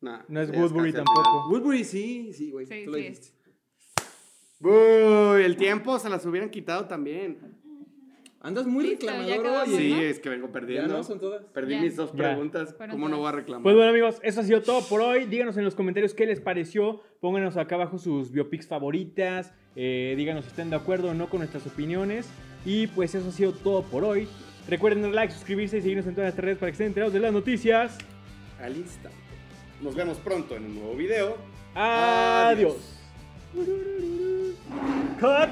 Nah, No es ya Woodbury casi al tampoco. Woodbury, sí, sí, güey. Sí, tú lo sí dijiste. final. Uy, el tiempo se las hubieran quitado también. Andas muy Listo, ya reclamador acabamos, hoy. Sí, ¿no? es que vengo Ya perdiendo. no son todas. Perdí Ya. mis dos Ya. preguntas. Fueron ¿Cómo no voy a todas. reclamar? Pues bueno amigos, eso ha sido todo por hoy. Díganos en los comentarios qué les pareció. Pónganos acá abajo sus biopics favoritas. Eh, díganos si están de acuerdo o no con nuestras opiniones. Y pues eso ha sido todo por hoy. Recuerden dar like, suscribirse y seguirnos en todas nuestras redes para que estén enterados de las noticias. Al instante. Nos vemos pronto en un nuevo video. Adiós. Cut.